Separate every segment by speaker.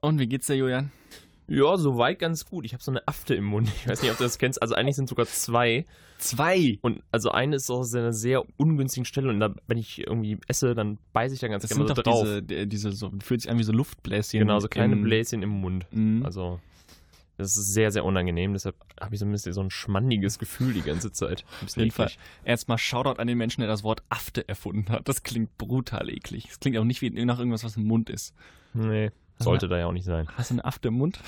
Speaker 1: Und wie geht's dir, Julian?
Speaker 2: Ja, soweit ganz gut. Ich habe so eine Afte im Mund. Ich weiß nicht, ob du das kennst. Also eigentlich sind sogar zwei.
Speaker 1: Zwei.
Speaker 2: Und also eine ist aus einer sehr ungünstigen Stelle. Und da, wenn ich irgendwie esse, dann beiße ich dann ganz
Speaker 1: Das
Speaker 2: gerne
Speaker 1: sind
Speaker 2: so
Speaker 1: doch
Speaker 2: drauf.
Speaker 1: diese, die- diese so, fühlt sich an wie so Luftbläschen.
Speaker 2: genau, so kleine
Speaker 1: im-
Speaker 2: Bläschen im Mund.
Speaker 1: Mhm.
Speaker 2: Also das ist sehr, sehr unangenehm. Deshalb habe ich so ein bisschen so ein schmandiges Gefühl die ganze Zeit. Ein bisschen
Speaker 1: jeden Fall.
Speaker 2: eklig.
Speaker 1: Erstmal Shoutout an den Menschen, der das Wort Afte erfunden hat. Das klingt brutal eklig. Das klingt auch nicht wie nach irgendwas, was im Mund ist.
Speaker 2: Nee, sollte da ja auch nicht sein.
Speaker 1: Hast du eine Afte im Mund?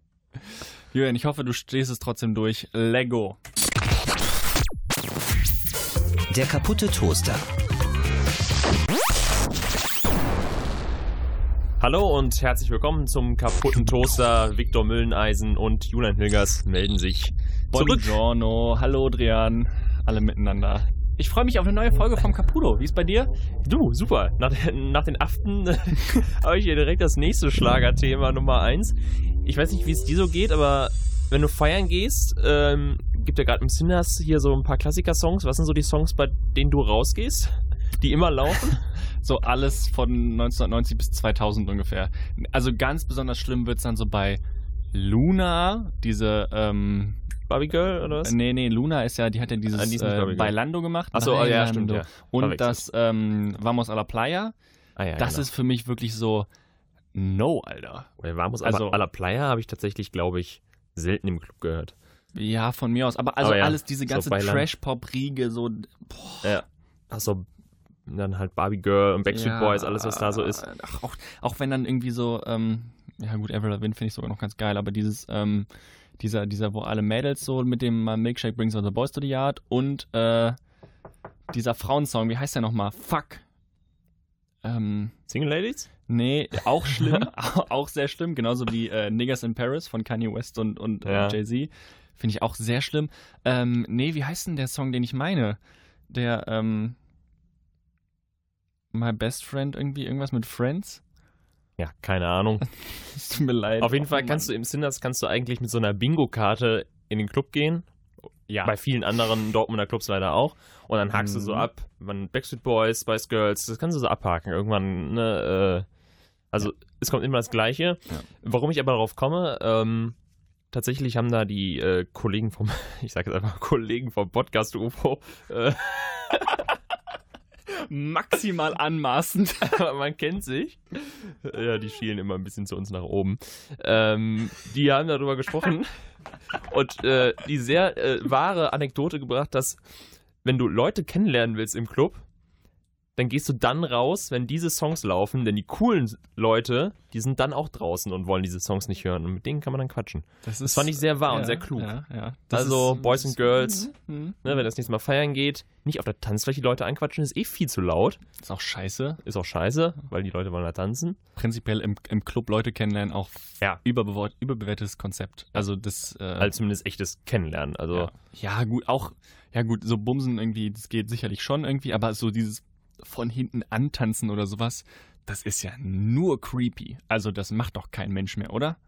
Speaker 1: Julian, ich hoffe, du stehst es trotzdem durch. Lego.
Speaker 3: Der kaputte Toaster.
Speaker 2: Hallo und herzlich willkommen zum kaputten Toaster. Viktor Mülleneisen und Julian Hilgers melden sich zurück.
Speaker 1: Buongiorno. Hallo, Adrian. Alle miteinander. Ich freue mich auf eine neue Folge vom Caputo. Wie ist bei dir?
Speaker 2: Du, super. Nach, der- nach den Aften habe ich hier direkt das nächste Schlagerthema Nummer eins. Ich weiß nicht, wie es dir so geht, aber wenn du feiern gehst, ähm, gibt ja gerade im Sinners hier so ein paar Klassiker-Songs. Was sind so die Songs, bei denen du rausgehst? Die immer laufen?
Speaker 1: So alles von 1990 bis 2000 ungefähr. Also ganz besonders schlimm wird es dann so bei Luna, diese, ähm,
Speaker 2: Barbie Girl oder was?
Speaker 1: Nee, nee, Luna ist ja, die hat ja dieses
Speaker 2: Ah, die ist nicht
Speaker 1: äh,
Speaker 2: Barbie
Speaker 1: bei
Speaker 2: Girl.
Speaker 1: Lando gemacht.
Speaker 2: Ach so,
Speaker 1: Nein,
Speaker 2: oh ja,
Speaker 1: Lando.
Speaker 2: stimmt, ja.
Speaker 1: Und
Speaker 2: Verwechselt.
Speaker 1: das ähm, Vamos a la Playa,
Speaker 2: Ah, ja,
Speaker 1: das ist für mich wirklich so, no, Alter.
Speaker 2: Oder Vamos
Speaker 1: Also-
Speaker 2: also, a la Playa habe ich tatsächlich, glaube ich, selten im Club gehört.
Speaker 1: Ja, von mir aus. Aber also
Speaker 2: Aber Oh ja,
Speaker 1: alles, diese
Speaker 2: so
Speaker 1: ganze
Speaker 2: Beiland.
Speaker 1: Trash-Pop-Riege, so, boah.
Speaker 2: Ja. Achso, dann halt Barbie Girl und Backstreet
Speaker 1: Ja, äh,
Speaker 2: Boys, alles, was da so ist.
Speaker 1: Ach, auch, auch wenn dann irgendwie so, ähm, ja gut, Avril Lavigne finde ich sogar noch ganz geil, aber dieses, ähm, dieser, dieser, wo alle Mädels so mit dem äh, Milkshake Brings All the Boys to the Yard und äh, dieser Frauensong, wie heißt der nochmal? Fuck. Ähm,
Speaker 2: Single Ladies?
Speaker 1: Nee, auch schlimm, au- auch sehr schlimm, genauso wie äh, Niggas in Paris von Kanye West und, und
Speaker 2: Ja.
Speaker 1: äh, Jay-Z. Finde ich auch sehr schlimm. Ähm, nee, wie heißt denn der Song, den ich meine? Der, ähm, My Best Friend irgendwie, irgendwas mit Friends?
Speaker 2: Ja, keine Ahnung.
Speaker 1: Es tut mir leid. Oh
Speaker 2: Auf jeden Fall kannst du im Sinners kannst du eigentlich mit so einer Bingo-Karte in den Club gehen.
Speaker 1: Ja.
Speaker 2: Bei vielen anderen Dortmunder Clubs leider auch. Und dann hakst du so
Speaker 1: Mhm.
Speaker 2: ab. Man Backstreet Boys, Spice Girls, das kannst du so abhaken. Irgendwann, ne, äh, also es kommt immer das Gleiche.
Speaker 1: Ja.
Speaker 2: Warum ich aber darauf komme, ähm, tatsächlich haben da die äh, Kollegen vom, ich sage jetzt einfach Kollegen vom Podcast UFO, äh,
Speaker 1: Maximal anmaßend.
Speaker 2: aber man kennt sich. Ja, die schielen immer ein bisschen zu uns nach oben. Ähm, die haben darüber gesprochen und äh, die sehr äh, wahre Anekdote gebracht, dass wenn du Leute kennenlernen willst im Club, dann gehst du dann raus, wenn diese Songs laufen, denn die coolen Leute, die sind dann auch draußen und wollen diese Songs nicht hören und mit denen kann man dann quatschen.
Speaker 1: Das,
Speaker 2: Das fand ich sehr wahr
Speaker 1: ja,
Speaker 2: und sehr klug.
Speaker 1: Ja, ja.
Speaker 2: Also, Boys and Girls.
Speaker 1: Mhm, mhm.
Speaker 2: Ne, wenn das nächste Mal feiern geht, nicht auf der Tanzfläche Leute anquatschen, ist eh viel zu laut.
Speaker 1: Ist auch scheiße.
Speaker 2: Ist auch scheiße, weil die Leute wollen da tanzen.
Speaker 1: Prinzipiell im, im Club Leute kennenlernen auch
Speaker 2: Ja.
Speaker 1: überbewort- überbewertetes Konzept. Also das. Äh,
Speaker 2: als zumindest echtes Kennenlernen. Also
Speaker 1: Ja. ja, gut, auch, ja gut, so Bumsen irgendwie, das geht sicherlich schon irgendwie, aber so dieses von hinten antanzen oder sowas, das ist ja nur creepy. Also das macht doch kein Mensch mehr, oder?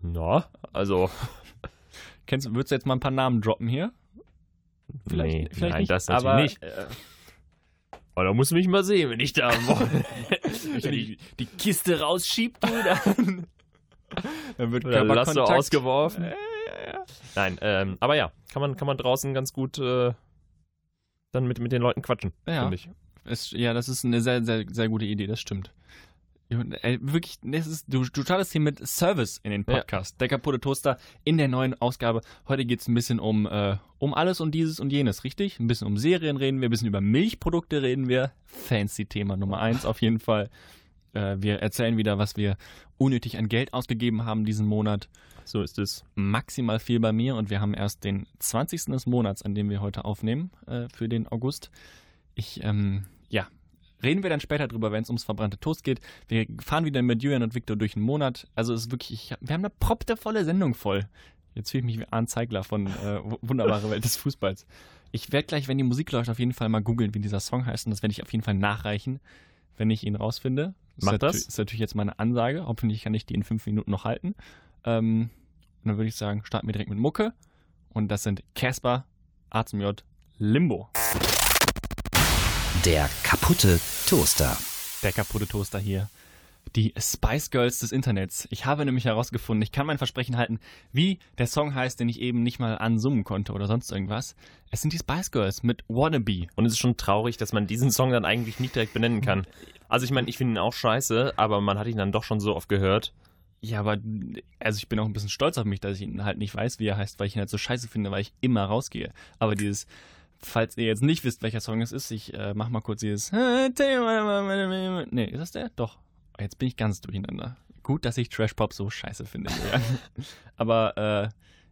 Speaker 2: Na, also.
Speaker 1: Kennst du, würdest du jetzt mal ein paar Namen droppen hier? Vielleicht-
Speaker 2: nee,
Speaker 1: vielleicht
Speaker 2: nein,
Speaker 1: nicht,
Speaker 2: das natürlich
Speaker 1: aber, äh,
Speaker 2: nicht. Aber da musst du mich mal sehen, wenn ich da am Wochenende.
Speaker 1: Wenn
Speaker 2: wenn
Speaker 1: die,
Speaker 2: ich-
Speaker 1: die Kiste rausschiebt, du, dann, dann wird
Speaker 2: oder
Speaker 1: Körperkontakt.
Speaker 2: Lasso ausgeworfen. Nein, ähm, aber ja, kann man, kann man draußen ganz gut äh, dann mit, mit den Leuten quatschen,
Speaker 1: Ja.
Speaker 2: finde ich.
Speaker 1: Es, ja, das ist eine sehr, sehr, sehr gute Idee, das stimmt. Ja, ey, Wirklich, das ist, du, du startest hier mit Service in den Podcast. Der kaputte Toaster in der neuen Ausgabe. Heute geht es ein bisschen um, äh, um alles und dieses und jenes, richtig? Ein bisschen um Serien reden wir, ein bisschen über Milchprodukte reden wir. Fancy Thema Nummer eins auf jeden Fall. Äh, wir erzählen wieder, was wir unnötig an Geld ausgegeben haben diesen Monat.
Speaker 2: So ist es.
Speaker 1: Maximal viel bei mir und wir haben erst den 20. des Monats, an dem wir heute aufnehmen, äh, für den August. Ich, ähm, ja. Reden wir dann später drüber, wenn es ums verbrannte Toast geht. Wir fahren wieder mit Julian und Victor durch den Monat. Also es ist wirklich, ich, hab- wir haben eine proptevolle Sendung voll. Jetzt fühle ich mich wie Arndt Zeigler von äh, W- Wunderbare Welt des Fußballs. Ich werde gleich, wenn die Musik läuft, auf jeden Fall mal googeln, wie dieser Song heißt. Und das werde ich auf jeden Fall nachreichen, wenn ich ihn rausfinde.
Speaker 2: Mach
Speaker 1: ist
Speaker 2: das.
Speaker 1: Natürlich, ist natürlich jetzt meine Ansage. Hoffentlich kann ich die in fünf Minuten noch halten. Ähm, und dann würde ich sagen, starten wir direkt mit Mucke. Und das sind Casper, A zum J, Limbo.
Speaker 3: Der kaputte Toaster.
Speaker 1: Der kaputte Toaster hier. die Spice Girls des Internets. Ich habe nämlich herausgefunden, ich kann mein Versprechen halten, wie der Song heißt, den ich eben nicht mal ansummen konnte oder sonst irgendwas. Es sind die Spice Girls mit Wannabe.
Speaker 2: Und es ist schon traurig, dass man diesen Song dann eigentlich nicht direkt benennen kann. Also ich meine, ich finde ihn auch scheiße, aber man hat ihn dann doch schon so oft gehört.
Speaker 1: Ja, aber also ich bin auch ein bisschen stolz auf mich, dass ich ihn halt nicht weiß, wie er heißt, weil ich ihn halt so scheiße finde, weil ich immer rausgehe. Aber dieses, falls ihr jetzt nicht wisst, welcher Song es ist, ich äh, mach mal kurz dieses. Nee, ist das der? Doch. Jetzt bin ich ganz durcheinander. Gut, dass ich Trash Pop so scheiße finde. Ja. aber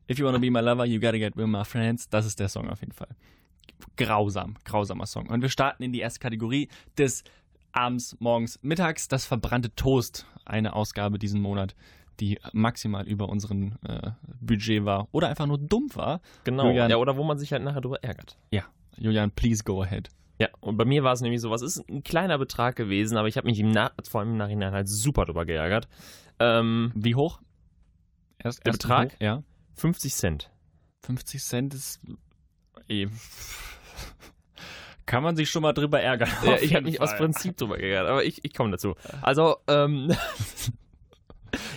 Speaker 1: äh, If You Wanna Be My Lover, You Gotta Get With My Friends, das ist der Song auf jeden Fall. Grausam, grausamer Song. Und wir starten in die erste Kategorie des abends, morgens, mittags das verbrannte Toast. Eine Ausgabe diesen Monat, die maximal über unseren äh, Budget war oder einfach nur dumm war.
Speaker 2: Genau.
Speaker 1: Julian-
Speaker 2: Ja, oder wo man sich halt nachher drüber ärgert.
Speaker 1: Ja. Julian, please go ahead.
Speaker 2: Ja, und bei mir war es nämlich so, was ist ein kleiner Betrag gewesen, aber ich habe mich im Na vor allem im Nachhinein halt super drüber geärgert. Ähm,
Speaker 1: Wie hoch? Erst,
Speaker 2: Der
Speaker 1: erst
Speaker 2: Betrag?
Speaker 1: Hoch, ja.
Speaker 2: 50 Cent.
Speaker 1: 50 Cent ist. Eh. Kann man sich schon mal drüber ärgern.
Speaker 2: Ja,
Speaker 1: Auf
Speaker 2: ich
Speaker 1: jeden
Speaker 2: habe mich aus
Speaker 1: Fall.
Speaker 2: Prinzip drüber geärgert, aber ich, ich komme dazu. Also, ähm,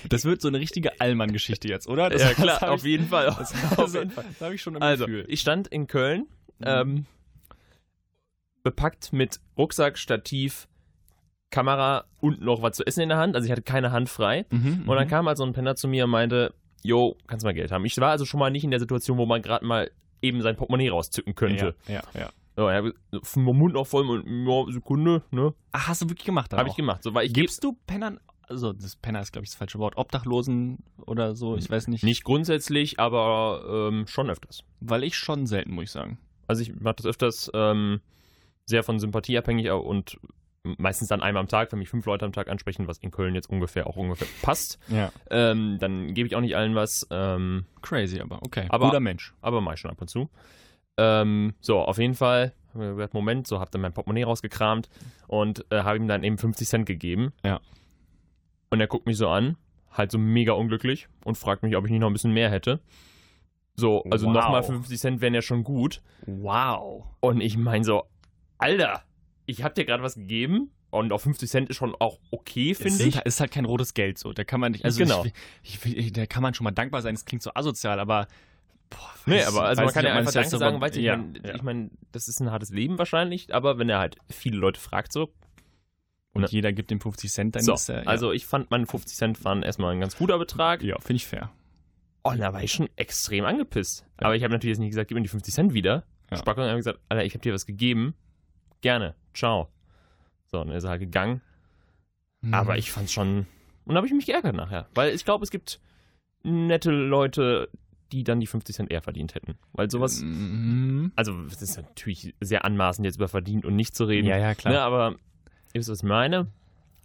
Speaker 1: Das wird so eine richtige Allmann-Geschichte jetzt, oder? Das,
Speaker 2: ja klar,
Speaker 1: das hab
Speaker 2: auf jeden Fall.
Speaker 1: Das,
Speaker 2: auf
Speaker 1: das,
Speaker 2: jeden
Speaker 1: das habe ich schon im
Speaker 2: Also,
Speaker 1: Gefühl.
Speaker 2: ich stand in Köln, ähm, bepackt mit Rucksack, Stativ, Kamera und noch was zu essen in der Hand. Also ich hatte keine Hand frei.
Speaker 1: Mhm,
Speaker 2: Und dann
Speaker 1: mhm.
Speaker 2: kam also ein Penner zu mir und meinte, Jo, kannst mal Geld haben. Ich war also schon mal nicht in der Situation, wo man gerade mal eben sein Portemonnaie rauszücken könnte.
Speaker 1: Ja, ja, ja.
Speaker 2: So, ich habe vom Mund noch voll und ja, Sekunde, ne?
Speaker 1: Ach, Ah, hast du wirklich gemacht? dann
Speaker 2: Habe
Speaker 1: auch?
Speaker 2: ich gemacht. So, weil ich
Speaker 1: Gibst du Pennern, also das Penner ist, glaube ich, das falsche Wort, Obdachlosen oder so, ich weiß nicht.
Speaker 2: nicht grundsätzlich, aber ähm, schon öfters.
Speaker 1: Weil ich schon selten, muss ich sagen.
Speaker 2: Also ich mache das öfters ähm, sehr von Sympathie abhängig äh, und meistens dann einmal am Tag, wenn mich fünf Leute am Tag ansprechen, was in Köln jetzt ungefähr auch ungefähr passt,
Speaker 1: Ja.
Speaker 2: ähm, dann gebe ich auch nicht allen was, ähm,
Speaker 1: Crazy, aber okay.
Speaker 2: Aber-
Speaker 1: Guter Mensch.
Speaker 2: aber mache ich schon ab und zu. Ähm, so, auf jeden Fall habe ich gesagt, Moment, so habe dann mein Portemonnaie rausgekramt und äh, habe ihm dann eben 50 Cent gegeben.
Speaker 1: Ja.
Speaker 2: Und er guckt mich so an, halt so mega unglücklich und fragt mich, ob ich nicht noch ein bisschen mehr hätte. So, also
Speaker 1: Wow.
Speaker 2: nochmal 50 Cent wären ja schon gut.
Speaker 1: Wow.
Speaker 2: Und ich meine so, Alter, ich hab dir gerade was gegeben und auf 50 Cent ist schon auch okay,
Speaker 1: Es
Speaker 2: finde
Speaker 1: sind
Speaker 2: ich.
Speaker 1: halt- ist halt kein rotes Geld so. Da kann man nicht, also
Speaker 2: Genau.
Speaker 1: ich, ich, ich, da kann man schon mal dankbar sein. Es klingt so asozial, aber boah,
Speaker 2: Nee,
Speaker 1: weiß-
Speaker 2: aber also man
Speaker 1: weiß
Speaker 2: kann
Speaker 1: nicht,
Speaker 2: ja
Speaker 1: ob
Speaker 2: einfach
Speaker 1: es
Speaker 2: Danke
Speaker 1: jetzt so-
Speaker 2: sagen, weißt du,
Speaker 1: ja,
Speaker 2: ich meine,
Speaker 1: ja.
Speaker 2: ich mein, das ist ein hartes Leben wahrscheinlich, aber wenn er halt viele Leute fragt so,
Speaker 1: Und
Speaker 2: ne.
Speaker 1: jeder gibt dem 50 Cent, dann
Speaker 2: so
Speaker 1: ist er, ja.
Speaker 2: also ich fand meine 50 Cent waren erstmal ein ganz guter Betrag
Speaker 1: ja, finde ich fair.
Speaker 2: und da war ich schon extrem angepisst.
Speaker 1: Ja.
Speaker 2: Aber ich habe natürlich jetzt nicht gesagt, gib mir die 50 Cent wieder.
Speaker 1: Ja.
Speaker 2: Spackung hat gesagt, Alter, ich habe dir was gegeben, gerne, ciao. So, und dann ist er halt gegangen.
Speaker 1: Mhm.
Speaker 2: Aber ich fand's schon. Und da habe ich mich geärgert nachher. Weil ich glaube, es gibt nette Leute, die dann die 50 Cent eher verdient hätten. Weil sowas.
Speaker 1: Mhm.
Speaker 2: Also, es ist natürlich sehr anmaßend, jetzt über verdient und nicht zu reden.
Speaker 1: Ja, ja, klar.
Speaker 2: Ne, aber ihr wisst, was ich meine.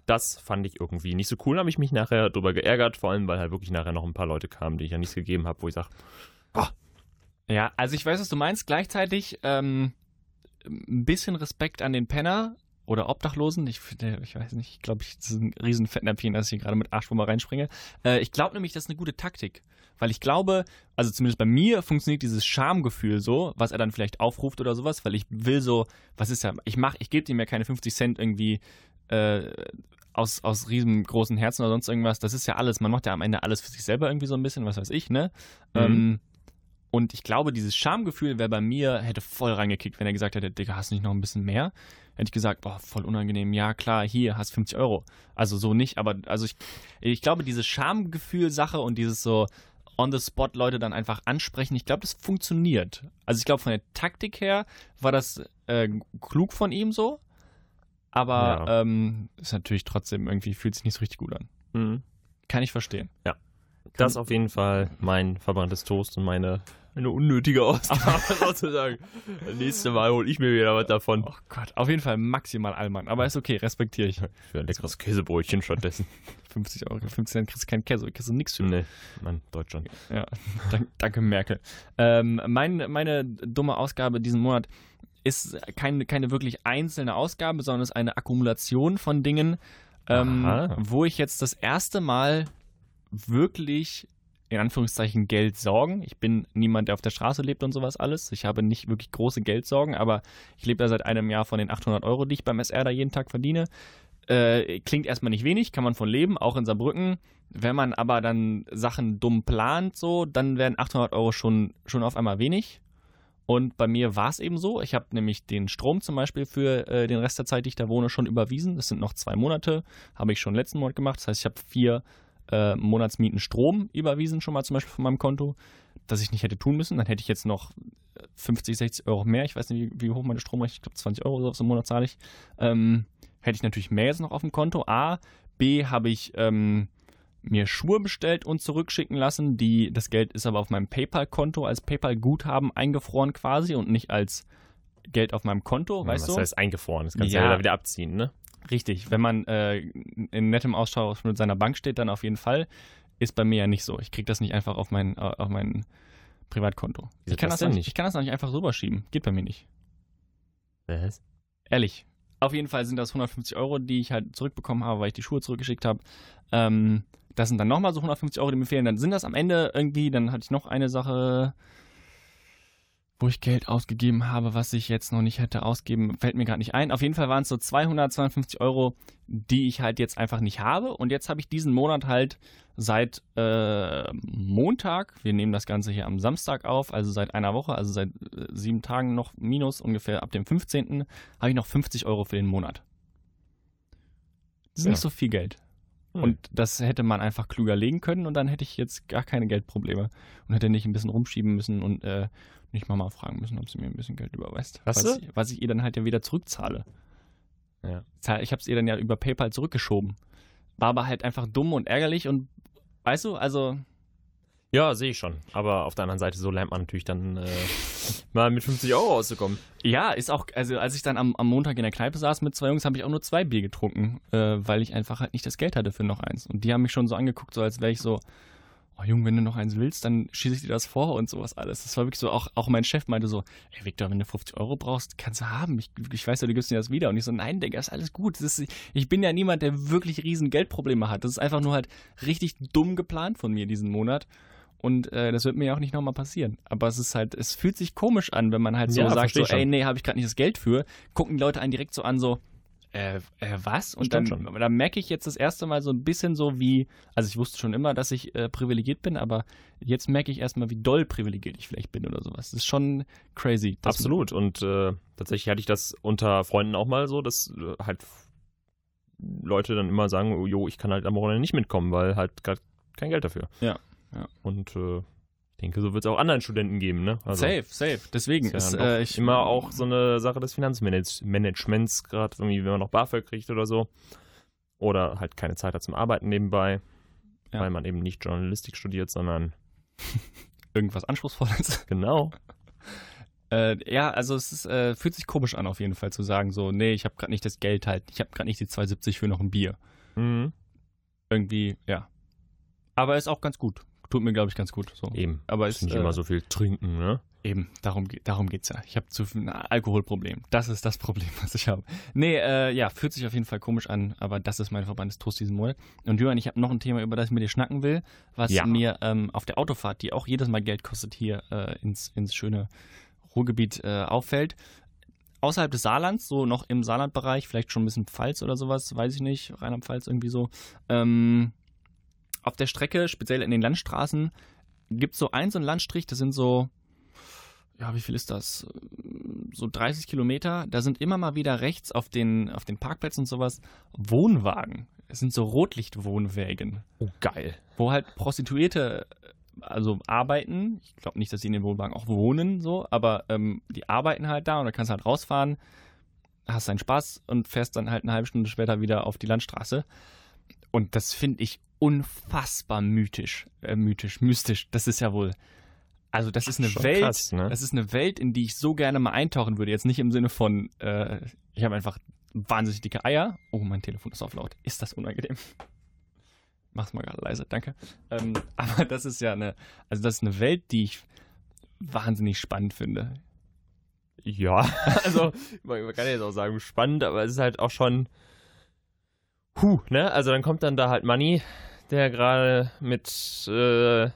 Speaker 2: Das fand ich irgendwie nicht so cool. Da habe ich mich nachher drüber geärgert. Vor allem, weil halt wirklich nachher noch ein paar Leute kamen, die ich ja nichts gegeben habe, wo ich sage,
Speaker 1: Ja, also ich weiß, was du meinst. Gleichzeitig ähm, ein bisschen Respekt an den Penner oder Obdachlosen. Ich, finde, ich weiß nicht, ich glaube, ich das ist ein riesen Fettnäpfchen, dass ich hier gerade mit Arschwummer reinspringe. Äh, ich glaube nämlich, das ist eine gute Taktik. Weil ich glaube, also zumindest bei mir funktioniert dieses Schamgefühl so, was er dann vielleicht aufruft oder sowas, weil ich will so, was ist ja, ich mach, ich gebe ihm ja keine 50 Cent irgendwie äh, aus, aus riesengroßen Herzen oder sonst irgendwas. Das ist ja alles, man macht ja am Ende alles für sich selber irgendwie so ein bisschen, was weiß ich, ne?
Speaker 2: Mhm.
Speaker 1: Ähm, und ich glaube, dieses Schamgefühl wäre bei mir, hätte voll reingekickt, wenn er gesagt hätte, Digga, hast du nicht noch ein bisschen mehr? Hätte ich gesagt, boah, voll unangenehm, ja klar, hier, hast 50 Euro. Also so nicht, aber also ich, ich glaube, diese Schamgefühl-Sache und dieses so on the spot Leute dann einfach ansprechen, ich glaube, das funktioniert. Also ich glaube, von der Taktik her war das äh, klug von ihm so, aber ähm, ist natürlich trotzdem irgendwie, fühlt sich nicht so richtig gut an.
Speaker 2: hm,
Speaker 1: Kann ich verstehen.
Speaker 2: das auf jeden Fall mein verbranntes Toast und meine. Eine unnötige Ausgabe sozusagen. Nächste Mal hole ich mir wieder was davon.
Speaker 1: Oh Gott, auf jeden Fall maximal Allmann, aber ist okay, respektiere ich.
Speaker 2: Für ein leckeres Käsebrötchen stattdessen.
Speaker 1: 50 Euro, 50 Cent kriegst du keinen Käse, kriegst du nichts für.
Speaker 2: nee, Mann, Deutschland.
Speaker 1: Ja, dank, danke Merkel. Ähm, mein, meine dumme Ausgabe diesen Monat ist keine, keine wirklich einzelne Ausgabe, sondern ist eine Akkumulation von Dingen, ähm,
Speaker 2: Aha.
Speaker 1: wo ich jetzt das erste Mal wirklich in Anführungszeichen Geld sorgen. Ich bin niemand, der auf der Straße lebt und sowas alles. Ich habe nicht wirklich große Geldsorgen, aber ich lebe da seit einem Jahr von den 800 Euro, die ich beim SR da jeden Tag verdiene. Äh, klingt erstmal nicht wenig, kann man von leben, auch in Saarbrücken. Wenn man aber dann Sachen dumm plant, so, dann werden 800 Euro schon, schon auf einmal wenig. Und bei mir war es eben so. Ich habe nämlich den Strom zum Beispiel für äh, den Rest der Zeit, die ich da wohne, schon überwiesen. Das sind noch zwei Monate. Habe ich schon letzten Monat gemacht. Das heißt, ich habe vier äh, Monatsmieten Strom überwiesen, schon mal zum Beispiel von meinem Konto, das ich nicht hätte tun müssen. Dann hätte ich jetzt noch 50, 60 Euro mehr. Ich weiß nicht, wie, wie hoch meine Stromrechnung ist. Ich glaube, 20 Euro so auf so einen Monat zahle ich. Ähm, hätte ich natürlich mehr jetzt noch auf dem Konto. A. B. Habe ich. Ähm, mir Schuhe bestellt und zurückschicken lassen. Die, das Geld ist aber auf meinem PayPal-Konto als PayPal-Guthaben eingefroren quasi und nicht als Geld auf meinem Konto, Oh, weißt
Speaker 2: was
Speaker 1: du?
Speaker 2: heißt eingefroren? Das kannst du
Speaker 1: Ja.
Speaker 2: ja wieder- wieder abziehen, ne?
Speaker 1: Richtig, wenn man äh, in nettem Austausch mit seiner Bank steht, dann auf jeden Fall. Ist bei mir ja nicht so. Ich kriege das nicht einfach auf mein, äh, auf mein Privatkonto.
Speaker 2: Wieso
Speaker 1: ich, kann
Speaker 2: das
Speaker 1: das
Speaker 2: denn
Speaker 1: noch
Speaker 2: nicht?
Speaker 1: ich kann das noch nicht einfach rüberschieben. Geht bei mir nicht.
Speaker 2: Was?
Speaker 1: Ehrlich. Auf jeden Fall sind das 150 Euro, die ich halt zurückbekommen habe, weil ich die Schuhe zurückgeschickt habe. Ähm, das sind dann nochmal so 150 Euro, die mir fehlen. Dann sind das am Ende irgendwie, dann hatte ich noch eine Sache, wo ich Geld ausgegeben habe, was ich jetzt noch nicht hätte ausgeben, fällt mir gerade nicht ein. Auf jeden Fall waren es so 252 Euro, die ich halt jetzt einfach nicht habe. Und jetzt habe ich diesen Monat halt seit äh, Montag, wir nehmen das Ganze hier am Samstag auf, also seit einer Woche, also seit äh, sieben Tagen noch minus, ungefähr ab dem 15. habe ich noch 50 Euro für den Monat. Das ist
Speaker 2: Ja.
Speaker 1: nicht so viel Geld.
Speaker 2: Hm.
Speaker 1: Und das hätte man einfach klüger legen können und dann hätte ich jetzt gar keine Geldprobleme und hätte nicht ein bisschen rumschieben müssen und äh, nicht Mama fragen müssen, ob sie mir ein bisschen Geld überweist.
Speaker 2: Hast
Speaker 1: was,
Speaker 2: du?
Speaker 1: ich- was ich ihr dann halt ja wieder zurückzahle.
Speaker 2: Ja.
Speaker 1: Zahl- Ich habe es ihr dann ja über PayPal zurückgeschoben. War aber halt einfach dumm und ärgerlich und weißt du, also
Speaker 2: Ja, sehe ich schon. Aber auf der anderen Seite, so lernt man natürlich dann äh, mal mit 50 Euro rauszukommen.
Speaker 1: Ja, ist auch, also als ich dann am, am Montag in der Kneipe saß mit zwei Jungs, habe ich auch nur zwei Bier getrunken, äh, weil ich einfach halt nicht das Geld hatte für noch eins. Und die haben mich schon so angeguckt, so als wäre ich so, oh Junge, wenn du noch eins willst, dann schieße ich dir das vor und sowas alles. Das war wirklich so, auch, auch mein Chef meinte so, ey Victor, wenn du 50 Euro brauchst, kannst du haben. Ich, ich weiß ja, du gibst mir das wieder. Und ich so, nein, Digga, ist alles gut. Das ist, ich bin ja niemand, der wirklich riesen Geldprobleme hat. Das ist einfach nur halt richtig dumm geplant von mir diesen Monat. Und äh, das wird mir ja auch nicht nochmal passieren. Aber es ist halt, es fühlt sich komisch an, wenn man halt so
Speaker 2: Ja,
Speaker 1: sagt,
Speaker 2: versteh
Speaker 1: so,
Speaker 2: ich schon.
Speaker 1: ey, nee, habe ich gerade nicht das Geld für. Gucken die Leute einen direkt so an, so, äh, äh was? Und dann,
Speaker 2: Stimmt
Speaker 1: schon. dann merke ich jetzt das erste Mal so ein bisschen so wie, also ich wusste schon immer, dass ich äh, privilegiert bin, aber jetzt merke ich erstmal, wie doll privilegiert ich vielleicht bin oder sowas. Das ist schon crazy. dass-
Speaker 2: Absolut. Und äh, tatsächlich hatte ich das unter Freunden auch mal so, dass äh, halt Leute dann immer sagen, oh, jo, ich kann halt am Wochenende nicht mitkommen, weil halt gerade kein Geld dafür.
Speaker 1: Ja, ja.
Speaker 2: Und äh, ich denke, so wird es auch anderen Studenten geben, ne? Also,
Speaker 1: safe, safe. Deswegen
Speaker 2: Ist ja
Speaker 1: ist,
Speaker 2: dann doch
Speaker 1: äh, ich
Speaker 2: immer auch so eine Sache des Finanzmanagements, gerade irgendwie, wenn man noch BAföG kriegt oder so. Oder halt keine Zeit hat zum Arbeiten nebenbei,
Speaker 1: Ja.
Speaker 2: weil man eben nicht Journalistik studiert, sondern
Speaker 1: irgendwas Anspruchsvolles.
Speaker 2: genau.
Speaker 1: Äh, ja, also es ist, äh, fühlt sich komisch an auf jeden Fall zu sagen so, nee, ich habe gerade nicht das Geld halt, ich habe gerade nicht die 2,70 für noch ein Bier.
Speaker 2: Mhm.
Speaker 1: Irgendwie, ja. Aber ist auch ganz gut. Tut mir, glaube ich, ganz gut. So.
Speaker 2: Eben.
Speaker 1: Aber
Speaker 2: Ist
Speaker 1: ist
Speaker 2: nicht
Speaker 1: äh,
Speaker 2: immer so viel trinken, ne?
Speaker 1: Eben, darum, ge- darum geht's ja. Ich habe zu viel ein Alkoholproblem. Das ist das Problem, was ich habe. Nee, äh, ja, fühlt sich auf jeden Fall komisch an, aber das ist mein Verbandstoast diesen Monat. Und Jürgen, ich habe noch ein Thema, über das ich mit dir schnacken will, was
Speaker 2: Ja.
Speaker 1: mir ähm, auf der Autofahrt, die auch jedes Mal Geld kostet, hier äh, ins, ins schöne Ruhrgebiet äh, auffällt. Außerhalb des Saarlands, so noch im Saarlandbereich, vielleicht schon ein bisschen Pfalz oder sowas, weiß ich nicht, Rheinland-Pfalz irgendwie so. Ähm, auf der Strecke, speziell in den Landstraßen, gibt so einen so einen Landstrich, das sind so, ja, wie viel ist das? So 30 Kilometer. Da sind immer mal wieder rechts auf den, auf den Parkplätzen und sowas Wohnwagen. Es sind so Rotlichtwohnwägen,
Speaker 2: Oh, geil.
Speaker 1: wo halt Prostituierte äh, also arbeiten. Ich glaube nicht, dass sie in den Wohnwagen auch wohnen, so, aber ähm, die arbeiten halt da und da kannst du halt rausfahren, hast deinen Spaß und fährst dann halt eine halbe Stunde später wieder auf die Landstraße. Und das finde ich unfassbar mythisch, äh, mythisch, mystisch. Das ist ja wohl. Also das ist eine
Speaker 2: Schon
Speaker 1: Welt,
Speaker 2: krass, ne?
Speaker 1: das ist eine Welt, in die ich so gerne mal eintauchen würde. Jetzt nicht im Sinne von, äh, ich habe einfach wahnsinnig dicke Eier. Oh, mein Telefon ist auf laut. Ist das unangenehm? Mach's mal gerade leise, danke. Ähm, aber das ist ja eine, also das ist eine Welt, die ich wahnsinnig spannend finde.
Speaker 2: Ja, also man, man kann jetzt auch sagen, spannend, aber es ist halt auch schon. Huh, ne? Also dann kommt dann da halt Money, der gerade mit äh,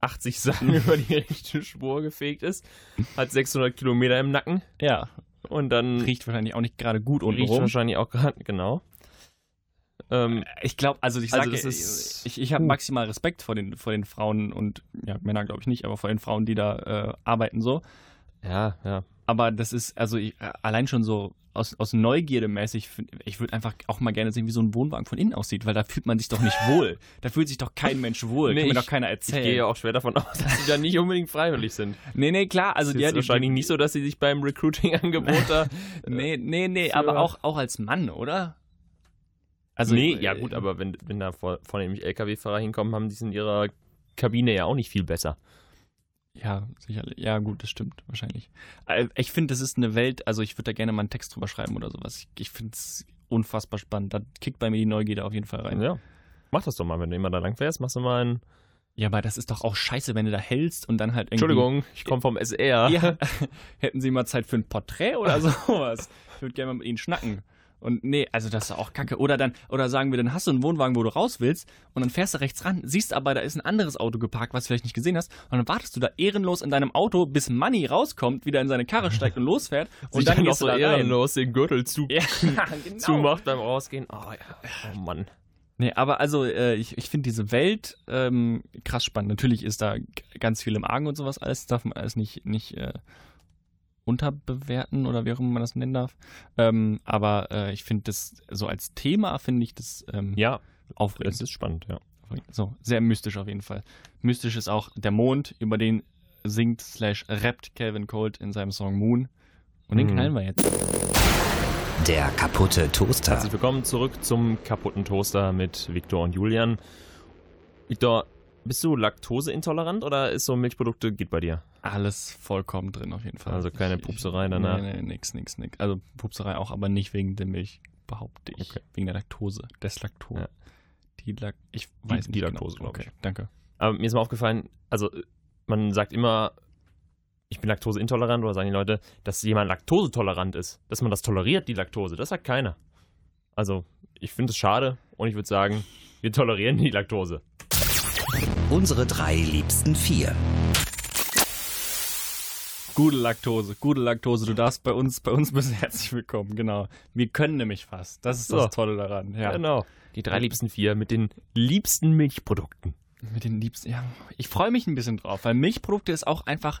Speaker 2: 80 Sachen über die rechte Spur gefegt ist, hat 600 Kilometer im Nacken
Speaker 1: Ja,
Speaker 2: und dann
Speaker 1: riecht wahrscheinlich auch nicht gerade gut unten
Speaker 2: riecht
Speaker 1: rum.
Speaker 2: wahrscheinlich auch gerade, genau. Ähm,
Speaker 1: Ich glaube, also ich
Speaker 2: Also
Speaker 1: sage,
Speaker 2: das ist-
Speaker 1: ich, ich habe maximal Respekt vor den, vor den Frauen und ja, Männer glaube ich nicht, aber vor den Frauen, die da äh, arbeiten so. Äh,
Speaker 2: ja, ja.
Speaker 1: Aber das ist, also ich, äh, allein schon so aus, aus Neugierde mäßig, find- ich würde einfach auch mal gerne sehen, wie so ein Wohnwagen von innen aussieht, weil da fühlt man sich doch nicht wohl. Da fühlt sich doch kein Mensch wohl.
Speaker 2: Nee,
Speaker 1: Kann mir
Speaker 2: ich-
Speaker 1: doch keiner
Speaker 2: Ich gehe
Speaker 1: erzählen.
Speaker 2: auch schwer davon aus, dass sie da nicht unbedingt freiwillig sind.
Speaker 1: nee, nee, klar. Also
Speaker 2: Also
Speaker 1: die,
Speaker 2: ist
Speaker 1: die,
Speaker 2: wahrscheinlich nicht so, dass sie sich beim Recruiting-Angebot da.
Speaker 1: Nee, nee, nee,
Speaker 2: Äh, für-
Speaker 1: aber auch, auch als Mann, oder?
Speaker 2: Also nee,
Speaker 1: äh,
Speaker 2: ja gut, aber wenn, wenn da vor, vornehmlich LKW-Fahrer hinkommen, haben die es in ihrer Kabine ja auch nicht viel besser.
Speaker 1: Ja, sicherlich. Ja, gut, das stimmt, wahrscheinlich. Äh, Ich finde, das ist eine Welt, also ich würde da gerne mal einen Text drüber schreiben oder sowas. Ich, ich finde es unfassbar spannend. Da kickt bei mir die Neugierde auf jeden Fall rein.
Speaker 2: Ja. Mach das doch mal, wenn du immer da lang fährst, machst du mal einen.
Speaker 1: Ja, aber das ist doch auch scheiße, wenn du da hältst und dann halt irgendwie.
Speaker 2: Entschuldigung, ich komme vom SR.
Speaker 1: Ja, hätten sie mal Zeit für ein Porträt oder sowas. Ich würde gerne mal mit ihnen schnacken. Und nee, also das ist auch kacke. Oder dann, oder sagen wir, dann hast du einen Wohnwagen, wo du raus willst und dann fährst du rechts ran, siehst aber, da ist ein anderes Auto geparkt, was du vielleicht nicht gesehen hast, und dann wartest du da ehrenlos in deinem Auto, bis Manny rauskommt, wieder in seine Karre steigt und losfährt und
Speaker 2: Sich
Speaker 1: dann,
Speaker 2: noch
Speaker 1: gehst
Speaker 2: so
Speaker 1: du da rein.
Speaker 2: ehrenlos den Gürtel zu,
Speaker 1: Ja, genau.
Speaker 2: zumacht beim Rausgehen. Oh, ja. oh Mann.
Speaker 1: Nee, aber also äh, ich, ich finde diese Welt ähm, krass spannend. Natürlich ist da g- ganz viel im Argen und sowas alles, darf man alles nicht, nicht äh, unterbewerten oder wie auch immer man das nennen darf. Ähm, aber äh, ich finde das so als Thema finde ich das ähm,
Speaker 2: Ja, es
Speaker 1: aufregend.
Speaker 2: ist spannend, ja.
Speaker 1: Aufregend. So, sehr mystisch auf jeden Fall. Mystisch ist auch der Mond, über den singt slash rappt Calvin Colt in seinem Song Moon. Und den
Speaker 2: Mhm.
Speaker 1: knallen wir jetzt.
Speaker 3: Der kaputte Toaster.
Speaker 2: Herzlich willkommen zurück zum kaputten Toaster mit Viktor und Julian. Viktor, bist du laktoseintolerant oder ist so Milchprodukte geht bei dir?
Speaker 1: Alles vollkommen drin auf jeden Fall.
Speaker 2: Also keine
Speaker 1: Ich- ich-
Speaker 2: Pupserei danach?
Speaker 1: Nee, nee, nix, nix, nix. Also Pupserei auch, aber nicht wegen der Milch, behaupte ich.
Speaker 2: Okay.
Speaker 1: Wegen der Laktose, des Laktose.
Speaker 2: Ja.
Speaker 1: Die Lak ich weiß
Speaker 2: die
Speaker 1: nicht
Speaker 2: Laktose,
Speaker 1: genau.
Speaker 2: glaub ich.
Speaker 1: Okay, danke.
Speaker 2: Aber mir ist mal aufgefallen, also man sagt immer, ich bin laktoseintolerant oder sagen die Leute, dass jemand laktosetolerant ist, dass man das toleriert, die Laktose. Das sagt keiner. Also ich finde es schade und ich würde sagen, wir tolerieren die Laktose.
Speaker 3: Unsere drei liebsten vier.
Speaker 1: Gute Laktose, gute Laktose, du darfst bei uns, bei uns bist du herzlich willkommen, genau. Wir können nämlich fast. Das ist
Speaker 2: So.
Speaker 1: das Tolle daran. Ja.
Speaker 2: Genau. Die drei liebsten vier mit den liebsten Milchprodukten.
Speaker 1: Mit den liebsten, ja. Ich freue mich ein bisschen drauf, weil Milchprodukte ist auch einfach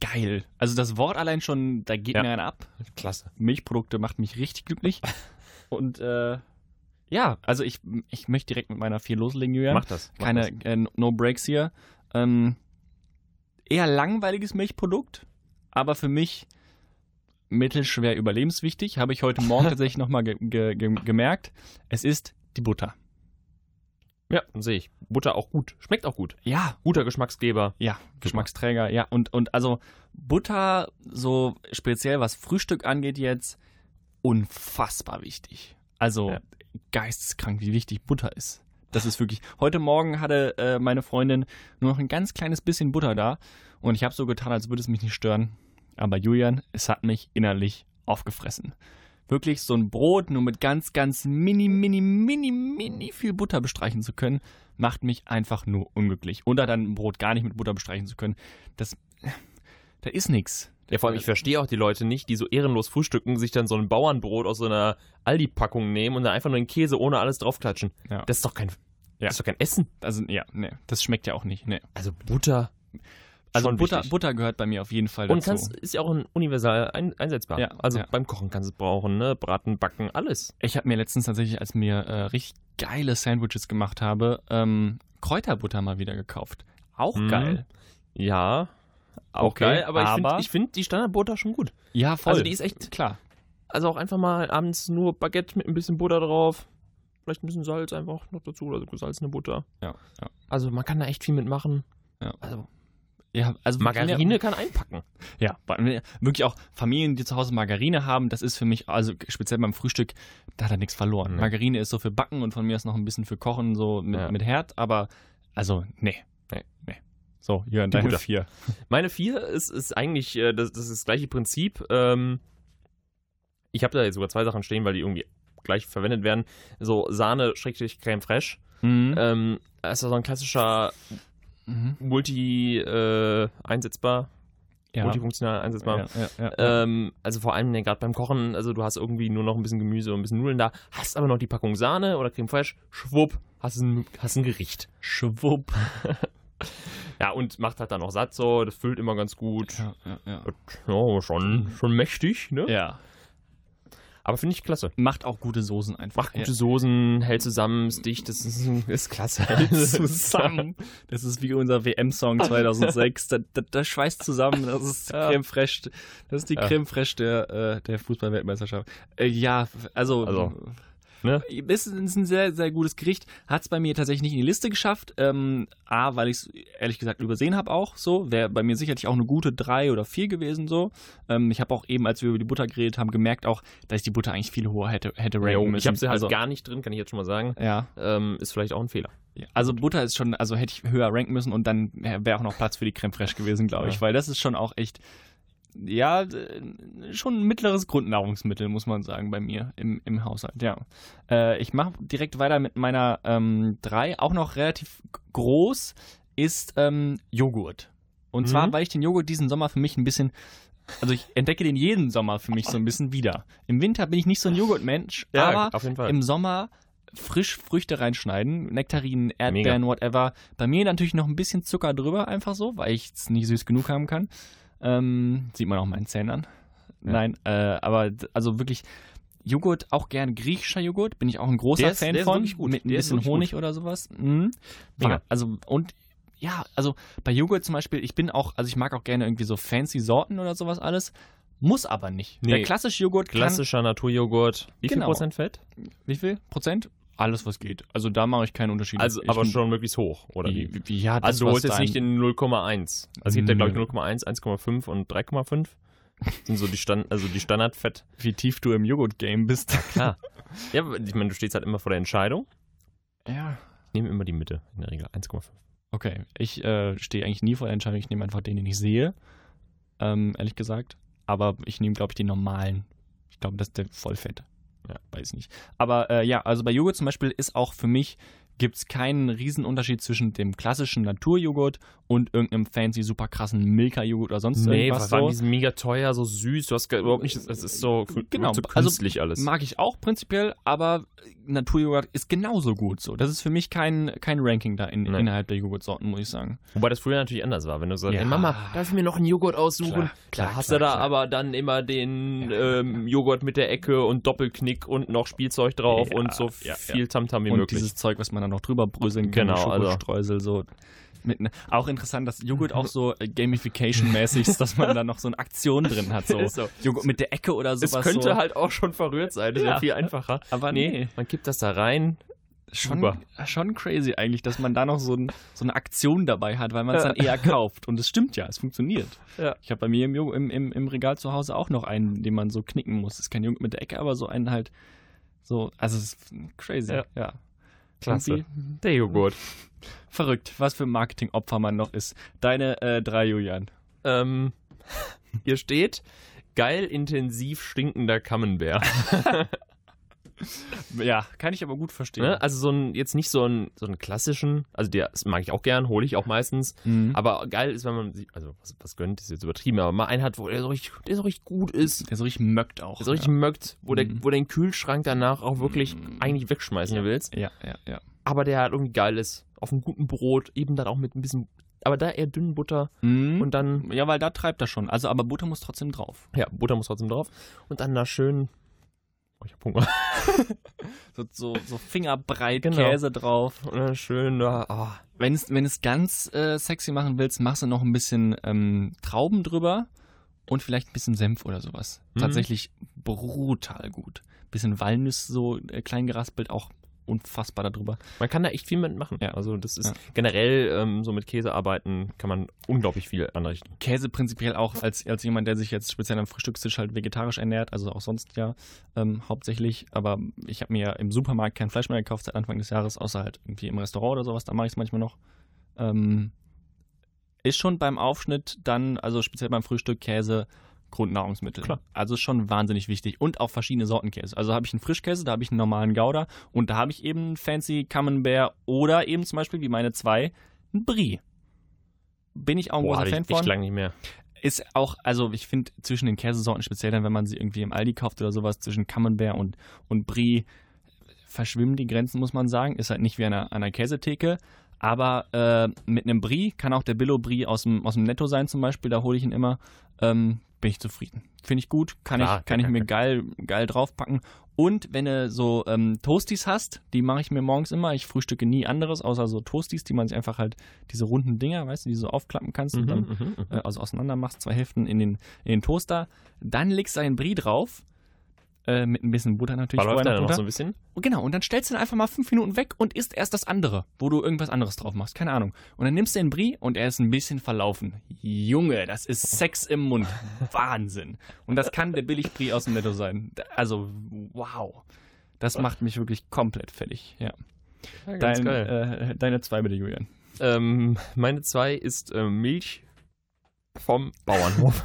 Speaker 1: geil. Also das Wort allein schon, da geht
Speaker 2: Ja.
Speaker 1: mir einer ab.
Speaker 2: Klasse.
Speaker 1: Milchprodukte macht mich richtig glücklich. Und äh, ja, also ich, ich möchte direkt mit meiner vier loslegen, Julian.
Speaker 2: Mach das. Mach
Speaker 1: Keine
Speaker 2: Das.
Speaker 1: äh, No Breaks hier. Ähm, eher langweiliges Milchprodukt, aber für mich mittelschwer überlebenswichtig. Habe ich heute Morgen tatsächlich nochmal ge ge ge gemerkt. Es ist die Butter.
Speaker 2: Ja, sehe ich. Butter auch gut. Schmeckt auch gut.
Speaker 1: Ja,
Speaker 2: Guter Geschmacksgeber.
Speaker 1: Ja, Geschmacksträger, ja. Und, und also Butter, so speziell was Frühstück angeht jetzt, unfassbar wichtig. Also
Speaker 2: Ja.
Speaker 1: geisteskrank, wie wichtig Butter ist. Das ist wirklich. Heute Morgen hatte äh, meine Freundin nur noch ein ganz kleines bisschen Butter da und ich habe so getan, als würde es mich nicht stören. Aber Julian, es hat mich innerlich aufgefressen. Wirklich so ein Brot nur mit ganz, ganz mini, mini, mini, mini viel Butter bestreichen zu können, macht mich einfach nur unglücklich. Oder dann ein Brot gar nicht mit Butter bestreichen zu können, das, da ist nichts.
Speaker 2: Ja, vor allem, ich verstehe auch die Leute nicht, die so ehrenlos frühstücken, sich dann so ein Bauernbrot aus so einer Aldi-Packung nehmen und dann einfach nur den Käse ohne alles draufklatschen.
Speaker 1: Ja.
Speaker 2: Das ist doch kein,
Speaker 1: Ja.
Speaker 2: das ist doch kein Essen.
Speaker 1: Also, ja, nee, das schmeckt ja auch nicht. Nee.
Speaker 2: Also Butter.
Speaker 1: Also
Speaker 2: schon
Speaker 1: Butter,
Speaker 2: wichtig.
Speaker 1: Butter gehört bei mir auf jeden Fall dazu.
Speaker 2: Und kannst, ist ja auch ein universal ein, einsetzbar.
Speaker 1: Ja,
Speaker 2: also
Speaker 1: ja.
Speaker 2: beim Kochen kannst du es brauchen, ne? Braten, Backen, alles.
Speaker 1: Ich habe mir letztens tatsächlich, als mir äh, richtig geile Sandwiches gemacht habe, ähm, Kräuterbutter mal wieder gekauft. Auch
Speaker 2: Mhm.
Speaker 1: geil.
Speaker 2: Ja, auch
Speaker 1: Okay,
Speaker 2: geil, aber,
Speaker 1: aber-
Speaker 2: ich finde ich find die Standardbutter schon gut.
Speaker 1: Ja, voll.
Speaker 2: Also die ist echt,
Speaker 1: klar.
Speaker 2: also auch einfach mal abends nur Baguette mit ein bisschen Butter drauf. Vielleicht ein bisschen Salz einfach noch dazu oder gesalzene Butter.
Speaker 1: Ja, ja.
Speaker 2: Also man kann da echt viel mitmachen.
Speaker 1: Ja.
Speaker 2: Also
Speaker 1: Ja, also
Speaker 2: Margarine kann einpacken.
Speaker 1: Ja, weil ne, wirklich auch Familien, die zu Hause Margarine haben, das ist für mich, also speziell beim Frühstück, da hat er nichts verloren.
Speaker 2: Nee.
Speaker 1: Margarine ist so für Backen und von mir ist noch ein bisschen für Kochen, so mit,
Speaker 2: Ja.
Speaker 1: mit Herd, aber also, nee.
Speaker 2: Nee.
Speaker 1: So, Jörn,
Speaker 2: Die
Speaker 1: deine
Speaker 2: Butter.
Speaker 1: vier.
Speaker 2: Meine vier ist, ist eigentlich äh, das, das, ist das gleiche Prinzip. Ähm, ich habe da jetzt sogar zwei Sachen stehen, weil die irgendwie gleich verwendet werden. So Sahne, Schrägstrich, Creme Fraiche.
Speaker 1: Mhm.
Speaker 2: Ähm, das ist ja so ein klassischer
Speaker 1: Mhm.
Speaker 2: Multi äh, einsetzbar.
Speaker 1: Ja.
Speaker 2: multifunktional einsetzbar.
Speaker 1: Ja, ja, ja.
Speaker 2: Ähm, also vor allem ne, gerade beim Kochen, also du hast irgendwie nur noch ein bisschen Gemüse und ein bisschen Nudeln da, hast aber noch die Packung Sahne oder Creme Fraiche, schwupp, hast ein, hast ein Gericht.
Speaker 1: Schwupp.
Speaker 2: Ja, und macht halt dann auch satt so, das füllt immer ganz gut.
Speaker 1: Ja, ja, ja.
Speaker 2: Ja, schon, schon mächtig, ne?
Speaker 1: ja.
Speaker 2: Aber finde ich klasse.
Speaker 1: Macht auch gute Soßen einfach.
Speaker 2: Macht gute Soßen, hält zusammen, ist dicht, das ist, ist klasse.
Speaker 1: ja. zusammen. Das ist wie unser WM-Song 2006. Das, das, das schweißt zusammen. Das ist die
Speaker 2: Ja.
Speaker 1: Creme Fraiche. Das ist die
Speaker 2: Ja.
Speaker 1: Creme Fraiche der, äh, der Fußball-Weltmeisterschaft. Äh, ja, also,
Speaker 2: Also, ne?
Speaker 1: ist, ist ein sehr, sehr gutes Gericht. Hat es bei mir tatsächlich nicht in die Liste geschafft. Ähm, A, weil ich es ehrlich gesagt übersehen habe auch so. Wäre bei mir sicherlich auch eine gute 3 oder 4 gewesen so. Ähm, ich habe auch eben, als wir über die Butter geredet haben, gemerkt auch, dass ich die Butter eigentlich viel hoher hätte, hätte ranken müssen.
Speaker 2: ich habe sie halt
Speaker 1: also,
Speaker 2: gar nicht drin, kann ich jetzt schon mal sagen.
Speaker 1: ja,
Speaker 2: Ähm, ist vielleicht auch ein Fehler.
Speaker 1: ja. also Butter ist schon, also hätte ich höher ranken müssen und dann wäre auch noch Platz für die Creme Fraiche gewesen, glaube ich,
Speaker 2: Ja.
Speaker 1: weil das ist schon auch echt, ja, d- schon ein mittleres Grundnahrungsmittel, muss man sagen, bei mir im, im Haushalt, ja. Äh, ich mache direkt weiter mit meiner 3, auch noch relativ g- groß, ist ähm, Joghurt. Und zwar,
Speaker 2: Mhm.
Speaker 1: weil ich den Joghurt diesen Sommer für mich ein bisschen, also ich entdecke den jeden Sommer für mich so ein bisschen wieder. Im Winter bin ich nicht so ein Joghurtmensch, aber
Speaker 2: auf jeden Fall.
Speaker 1: im Sommer frisch Früchte reinschneiden, Nektarinen, Erdbeeren, whatever. Bei mir natürlich noch ein bisschen Zucker drüber, einfach so, weil ich es nicht süß genug haben kann. Ähm, sieht man auch meinen Zähnen an.
Speaker 2: Ja.
Speaker 1: Nein, äh, aber d- also wirklich Joghurt, auch gern griechischer Joghurt, bin ich auch ein großer
Speaker 2: Der ist-
Speaker 1: Fan
Speaker 2: der ist
Speaker 1: von,
Speaker 2: wirklich gut.
Speaker 1: mit ein
Speaker 2: Der ist
Speaker 1: bisschen
Speaker 2: wirklich
Speaker 1: Honig oder sowas. Mhm.
Speaker 2: Mega.
Speaker 1: Ah, Also und ja, also bei Joghurt zum Beispiel, ich bin auch, also ich mag auch gerne irgendwie so fancy Sorten oder sowas alles, muss aber nicht. Der
Speaker 2: Nee.
Speaker 1: klassische Joghurt kann
Speaker 2: Klassischer Naturjoghurt. Wie
Speaker 1: Genau.
Speaker 2: viel Prozent Fett?
Speaker 1: wie viel Prozent? Alles, was geht. Also da mache ich keinen Unterschied.
Speaker 2: Also,
Speaker 1: ich,
Speaker 2: aber schon möglichst hoch, oder wie?
Speaker 1: Wie, wie, ja, das
Speaker 2: Also du
Speaker 1: was
Speaker 2: holst jetzt
Speaker 1: dein-
Speaker 2: nicht den 0,1. Also es gibt ja,
Speaker 1: Nö.
Speaker 2: glaube ich, 0,1, 1,5 und 3,5. Sind so die, Stand, also die Standardfett.
Speaker 1: wie tief du im Joghurt-Game bist.
Speaker 2: Ja, aber ich meine, du stehst halt immer vor der Entscheidung.
Speaker 1: ja.
Speaker 2: Ich nehme immer die Mitte, in der Regel 1,5.
Speaker 1: Okay, ich äh, stehe eigentlich nie vor der Entscheidung. Ich nehme einfach den, den ich sehe. Ähm, ehrlich gesagt. Aber ich nehme, glaube ich, den normalen. Ich glaube, das ist der Vollfett.
Speaker 2: Ja.
Speaker 1: Weiß nicht. Aber äh, ja, also bei Joghurt zum Beispiel ist auch für mich, gibt es keinen Riesenunterschied zwischen dem klassischen Naturjoghurt und irgendeinem fancy, super krassen Milka-Joghurt oder sonst irgendwas. so.
Speaker 2: die sind mega teuer, so süß. Du hast gar- überhaupt nicht, es ist so,
Speaker 1: Genau,
Speaker 2: so
Speaker 1: also
Speaker 2: künstlich alles.
Speaker 1: Mag ich auch prinzipiell, aber Naturjoghurt ist genauso gut so. Das ist für mich kein, kein Ranking da in,
Speaker 2: Nein.
Speaker 1: innerhalb der Joghurtsorten, muss ich sagen.
Speaker 2: Wobei das früher natürlich anders war. Wenn du sagst,
Speaker 1: Ja.
Speaker 2: ey Mama, darf ich mir noch einen Joghurt aussuchen?
Speaker 1: Klar, klar,
Speaker 2: Da hast
Speaker 1: klar,
Speaker 2: du da
Speaker 1: klar.
Speaker 2: aber dann immer den ähm, Joghurt mit der Ecke und Doppelknick und noch Spielzeug drauf
Speaker 1: Ja,
Speaker 2: und so
Speaker 1: ja,
Speaker 2: viel Tamtam wie
Speaker 1: Und
Speaker 2: möglich.
Speaker 1: dieses Zeug, was man dann noch drüber bröseln kann,
Speaker 2: Genau,
Speaker 1: die
Speaker 2: also-
Speaker 1: Schokostreusel so. Mit, ne- auch interessant, dass Joghurt auch so äh, Gamification-mäßig ist, dass man da noch so eine Aktion drin hat. So.
Speaker 2: Ist so.
Speaker 1: Joghurt mit der Ecke oder
Speaker 2: Es
Speaker 1: sowas.
Speaker 2: könnte
Speaker 1: so.
Speaker 2: halt auch schon verrührt sein, das
Speaker 1: Ja.
Speaker 2: wäre viel einfacher.
Speaker 1: Aber nee.
Speaker 2: man kippt das da rein.
Speaker 1: Schon,
Speaker 2: Super.
Speaker 1: schon crazy eigentlich, dass man da noch so, ein, so eine Aktion dabei hat, weil man es dann eher kauft. Und es stimmt ja, es funktioniert.
Speaker 2: Ja.
Speaker 1: Ich habe bei mir im, Jo- im, im, im Regal zu Hause auch noch einen, den man so knicken muss. Ist kein Joghurt mit der Ecke, aber so einen halt so, also es ist crazy. Ja.
Speaker 2: Ja.
Speaker 1: Klasse.
Speaker 2: Irgendwie Der Joghurt.
Speaker 1: Verrückt, was für ein Marketingopfer man noch ist. Deine äh, drei Julian.
Speaker 2: Ähm, hier steht, geil intensiv stinkender Camembert.
Speaker 1: Ja, kann ich aber gut verstehen.
Speaker 2: Ne? Also so ein, jetzt nicht so ein, so einen klassischen, also der das mag ich auch gern, hole ich auch meistens.
Speaker 1: Mhm.
Speaker 2: Aber geil ist, wenn man sich, also was, was gönnt, ist jetzt übertrieben, aber mal einen hat, wo der so richtig, der so richtig gut ist,
Speaker 1: Der so richtig möckt auch.
Speaker 2: der so richtig mögt, wo, der,
Speaker 1: Mhm.
Speaker 2: wo den Kühlschrank danach auch wirklich
Speaker 1: Mhm.
Speaker 2: eigentlich wegschmeißen willst.
Speaker 1: ja. ja, ja, ja.
Speaker 2: Aber der halt irgendwie geil ist. Auf einem guten Brot, eben dann auch mit ein bisschen, aber da eher dünnen Butter
Speaker 1: Mhm.
Speaker 2: und dann
Speaker 1: ja, weil da treibt er schon. Also, aber Butter muss trotzdem drauf.
Speaker 2: Ja, Butter muss trotzdem drauf. Und dann da schön. Oh, ich hab Hunger.
Speaker 1: So, so, so fingerbreit
Speaker 2: Genau.
Speaker 1: Käse drauf.
Speaker 2: Und dann schön da. ah.
Speaker 1: Wenn es, wenn es ganz äh, sexy machen willst, machst du noch ein bisschen ähm, Trauben drüber und vielleicht ein bisschen Senf oder sowas.
Speaker 2: Mhm.
Speaker 1: Tatsächlich brutal gut. Bisschen Walnuss so äh, klein geraspelt, auch unfassbar darüber.
Speaker 2: Man kann da echt viel mitmachen.
Speaker 1: Ja.
Speaker 2: Also, das ist
Speaker 1: Ja.
Speaker 2: generell ähm, so mit Käse arbeiten, kann man unglaublich viel anrichten.
Speaker 1: Käse prinzipiell auch als, als jemand, der sich jetzt speziell am Frühstückstisch halt vegetarisch ernährt, also auch sonst ja ähm, hauptsächlich. Aber ich habe mir ja im Supermarkt kein Fleisch mehr gekauft seit Anfang des Jahres, außer halt irgendwie im Restaurant oder sowas, da mache ich es manchmal noch. Ähm, ist schon beim Aufschnitt dann, also speziell beim Frühstück Käse, Grundnahrungsmittel.
Speaker 2: Klar.
Speaker 1: Also ist schon wahnsinnig wichtig. Und auch verschiedene Sorten Käse. Also habe ich einen Frischkäse, da habe ich einen normalen Gouda und da habe ich eben einen fancy Camembert oder eben zum Beispiel, wie meine zwei, einen Brie. Bin ich auch ein großer
Speaker 2: hatte ich
Speaker 1: Fan
Speaker 2: echt
Speaker 1: von.
Speaker 2: lange nicht mehr.
Speaker 1: ist auch, also ich finde zwischen den Käsesorten, speziell dann, wenn man sie irgendwie im Aldi kauft oder sowas, zwischen Camembert und, und Brie, verschwimmen die Grenzen, muss man sagen. Ist halt nicht wie an einer, an einer Käsetheke. Aber äh, mit einem Brie kann auch der Billo-Brie aus dem, aus dem Netto sein, zum Beispiel. Da hole ich ihn immer. Ähm, bin ich zufrieden. Finde ich gut. Kann
Speaker 2: Klar,
Speaker 1: ich, kann ich mir geil, geil draufpacken. Und wenn du so ähm, Toasties hast, die mache ich mir morgens immer. Ich frühstücke nie anderes, außer so Toasties, die man sich einfach halt, diese runden Dinger, weißt du, die du so aufklappen kannst
Speaker 2: Mhm,
Speaker 1: und dann äh, also auseinander machst, zwei Hälften in den, in den Toaster. Dann legst du einen Brie drauf. Äh, mit ein bisschen Butter natürlich.
Speaker 2: Verläuft
Speaker 1: vorher
Speaker 2: da noch
Speaker 1: drunter.
Speaker 2: so ein bisschen?
Speaker 1: Und Genau, und dann stellst du ihn einfach mal fünf Minuten weg und isst erst das andere, wo du irgendwas anderes drauf machst. Keine Ahnung. Und dann nimmst du den Brie und er ist ein bisschen verlaufen. Junge, das ist Sex im Mund. Wahnsinn. Und das kann der Billigbrie aus dem Netto sein. Da- Also, wow. Das macht mich wirklich komplett fällig. Ja.
Speaker 2: Ja,
Speaker 1: Dein, äh, deine zwei bitte, Julian.
Speaker 2: Ähm, meine zwei ist äh, Milch vom Bauernhof.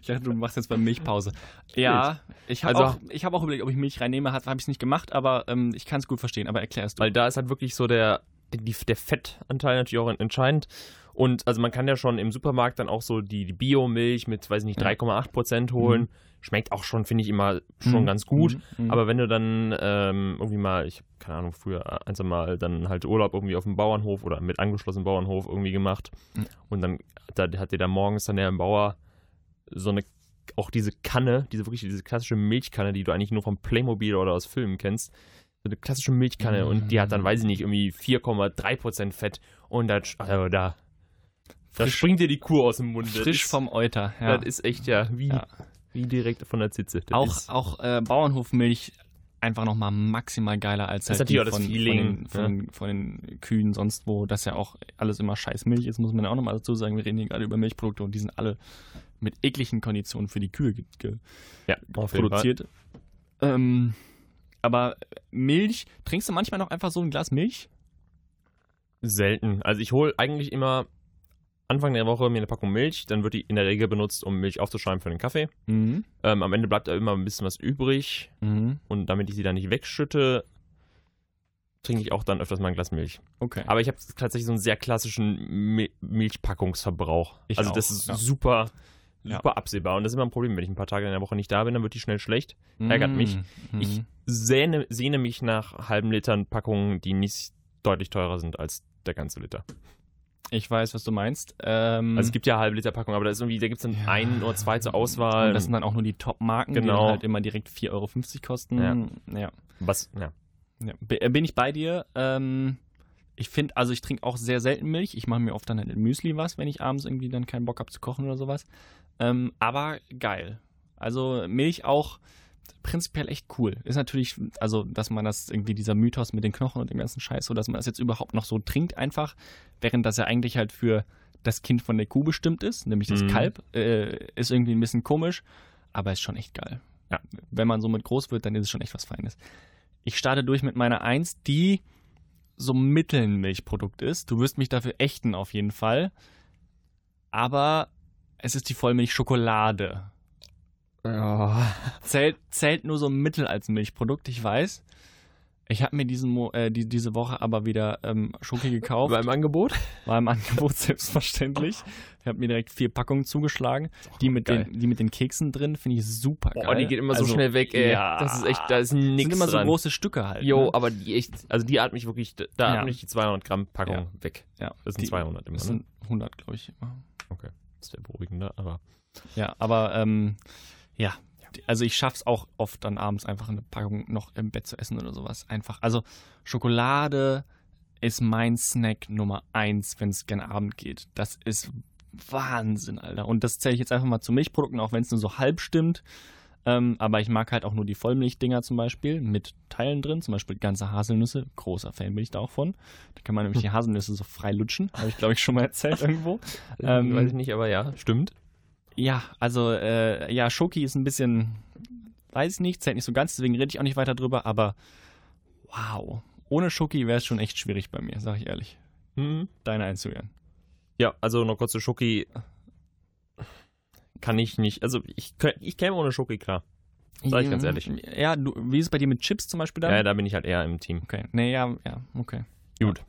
Speaker 1: Ich dachte, du machst jetzt bei Milchpause. Ja, ich habe
Speaker 2: Also-
Speaker 1: auch, ich hab auch überlegt, ob ich Milch reinnehme. Habe ich es nicht gemacht, aber ähm, ich kann es gut verstehen. Aber erklär es du.
Speaker 2: Weil da ist halt wirklich so der, die, der Fettanteil natürlich auch entscheidend. Und also man kann ja schon im Supermarkt dann auch so die, die Biomilch mit, weiß ich nicht,
Speaker 1: Ja.
Speaker 2: 3,8 Prozent holen. Schmeckt auch schon, finde ich, immer schon
Speaker 1: Mhm.
Speaker 2: ganz gut.
Speaker 1: Mhm. Mhm.
Speaker 2: Aber wenn du dann ähm, irgendwie mal, ich habe keine Ahnung, früher ein, zwei Mal dann halt Urlaub irgendwie auf dem Bauernhof oder mit angeschlossenem Bauernhof irgendwie gemacht
Speaker 1: Mhm.
Speaker 2: und dann da, hat dir da morgens dann der Bauer so eine, auch diese Kanne, diese wirklich diese klassische Milchkanne, die du eigentlich nur vom Playmobil oder aus Filmen kennst, so eine klassische Milchkanne und die hat
Speaker 1: Mhm.
Speaker 2: dann, weiß ich nicht, irgendwie 4,3% Fett und da, also da, da
Speaker 1: Frisch-
Speaker 2: springt dir die Kuh aus dem Mund. Das
Speaker 1: frisch
Speaker 2: ist-
Speaker 1: vom Euter. Ja.
Speaker 2: Das ist echt ja wie,
Speaker 1: Ja.
Speaker 2: wie direkt von der Zitze. Das
Speaker 1: auch,
Speaker 2: ist-
Speaker 1: auch äh, Bauernhofmilch einfach nochmal maximal geiler als
Speaker 2: Das
Speaker 1: halt
Speaker 2: hat
Speaker 1: die
Speaker 2: ja auch das
Speaker 1: von, von,
Speaker 2: Feeling,
Speaker 1: den, von, den, von den Kühen sonst wo, das ja auch alles immer Scheißmilch ist, muss man ja auch nochmal dazu sagen, wir reden hier gerade über Milchprodukte und die sind alle mit ekligen Konditionen für die Kühe ge ge
Speaker 2: ja, auf jeden Fall.
Speaker 1: produziert. Ähm, aber Milch, trinkst du manchmal noch einfach so ein Glas Milch?
Speaker 2: Selten. Also ich hole eigentlich immer Anfang der Woche mir eine Packung Milch, dann wird die in der Regel benutzt, um Milch aufzuschäumen für den Kaffee.
Speaker 1: Mhm.
Speaker 2: Ähm, am Ende bleibt da immer ein bisschen was übrig
Speaker 1: Mhm.
Speaker 2: und damit ich sie dann nicht wegschütte, trinke ich auch dann öfters mal ein Glas Milch.
Speaker 1: Okay.
Speaker 2: Aber ich habe tatsächlich so einen sehr klassischen Mi Milchpackungsverbrauch.
Speaker 1: Ich
Speaker 2: also
Speaker 1: auch,
Speaker 2: das ist
Speaker 1: ja.
Speaker 2: super,
Speaker 1: Ja.
Speaker 2: super absehbar und das ist immer ein Problem, wenn ich ein paar Tage in der Woche nicht da bin, dann wird die schnell schlecht. ärgert mich.
Speaker 1: Mhm.
Speaker 2: Ich sehne, sehne mich nach halben Litern Packungen, die nicht deutlich teurer sind als der ganze Liter.
Speaker 1: ich weiß, was du meinst. Ähm,
Speaker 2: Also es gibt ja halbe Liter Packungen, aber da ist irgendwie, da gibt es dann
Speaker 1: Ja.
Speaker 2: ein oder zwei zur Auswahl.
Speaker 1: und das sind dann auch nur die Top-Marken, die
Speaker 2: Genau.
Speaker 1: dann halt immer direkt 4,50 Euro kosten. Ja. ja.
Speaker 2: was, ja.
Speaker 1: Ja, b- äh, bin ich bei dir. Ähm, ich finde, also ich trinke auch sehr selten Milch. Ich mache mir oft dann halt in Müsli was, wenn ich abends irgendwie dann keinen Bock habe zu kochen oder sowas. Ähm, aber geil. Also Milch auch prinzipiell echt cool. Ist natürlich, also dass man das irgendwie dieser Mythos mit den Knochen und dem ganzen Scheiß, so dass man das jetzt überhaupt noch so trinkt einfach, während das ja eigentlich halt für das Kind von der Kuh bestimmt ist, nämlich das
Speaker 2: Mhm.
Speaker 1: Kalb, äh, ist irgendwie ein bisschen komisch, aber ist schon echt geil.
Speaker 2: Ja.
Speaker 1: Wenn man so mit groß wird, dann ist es schon echt was Feines. Ich starte durch mit meiner Eins, die so ein Mittelmilchprodukt ist. Du wirst mich dafür ächten auf jeden Fall. Aber es ist die Vollmilchschokolade. Zählt, zählt nur so mittel als Milchprodukt, ich weiß. Ich habe mir diesen Mo äh, die, diese Woche aber wieder ähm, Schoki gekauft.
Speaker 2: Beim Angebot?
Speaker 1: War im Angebot selbstverständlich. Ich habe mir direkt vier Packungen zugeschlagen. Die mit,
Speaker 2: geil.
Speaker 1: den, die mit den Keksen drin finde ich super geil.
Speaker 2: Oh, die geht immer so
Speaker 1: Also,
Speaker 2: schnell weg, ey.
Speaker 1: ja.
Speaker 2: Das ist echt, da ist nichts
Speaker 1: sind immer
Speaker 2: dran.
Speaker 1: so große Stücke halt.
Speaker 2: Jo,
Speaker 1: ne?
Speaker 2: aber die echt, also die atme ich wirklich, da
Speaker 1: Ja.
Speaker 2: atme ich die 200 Gramm Packung weg.
Speaker 1: ja,
Speaker 2: Das sind
Speaker 1: die-
Speaker 2: 200 immer,
Speaker 1: Das
Speaker 2: ne?
Speaker 1: sind 100, glaube ich. Immer.
Speaker 2: Das wäre beruhigender, aber.
Speaker 1: Ja, aber ähm, ja. Also ich schaff's auch oft dann abends einfach eine Packung noch im Bett zu essen oder sowas. Einfach. Also Schokolade ist mein Snack Nummer eins, wenn es gern Abend geht. Das ist Wahnsinn, Alter. Und das zähle ich jetzt einfach mal zu Milchprodukten, auch wenn es nur so halb stimmt. Ähm, aber ich mag halt auch nur die Vollmilchdinger zum Beispiel mit Teilen drin, zum Beispiel ganze Haselnüsse. Großer Fan bin ich da auch von. Da kann man nämlich die Haselnüsse so frei lutschen. Habe ich, glaube ich, schon mal erzählt irgendwo. Ähm,
Speaker 2: weiß ich nicht, aber ja, stimmt.
Speaker 1: Ja, also äh, ja, Schoki ist ein bisschen, weiß ich nicht, zählt nicht so ganz, deswegen rede ich auch nicht weiter drüber, aber wow. Ohne Schoki wäre es schon echt schwierig bei mir, sag ich ehrlich.
Speaker 2: Hm.
Speaker 1: Deine einzuhören.
Speaker 2: Ja, also noch kurz zu Schoki. Kann ich nicht, also ich, könnt- ich käme ohne Schoki klar. Sag ich ganz ehrlich.
Speaker 1: Ja, du, wie ist es bei dir mit Chips zum Beispiel dann?
Speaker 2: Ja, da bin ich halt eher im Team.
Speaker 1: Okay. Nee, ja, ja, okay.
Speaker 2: Gut.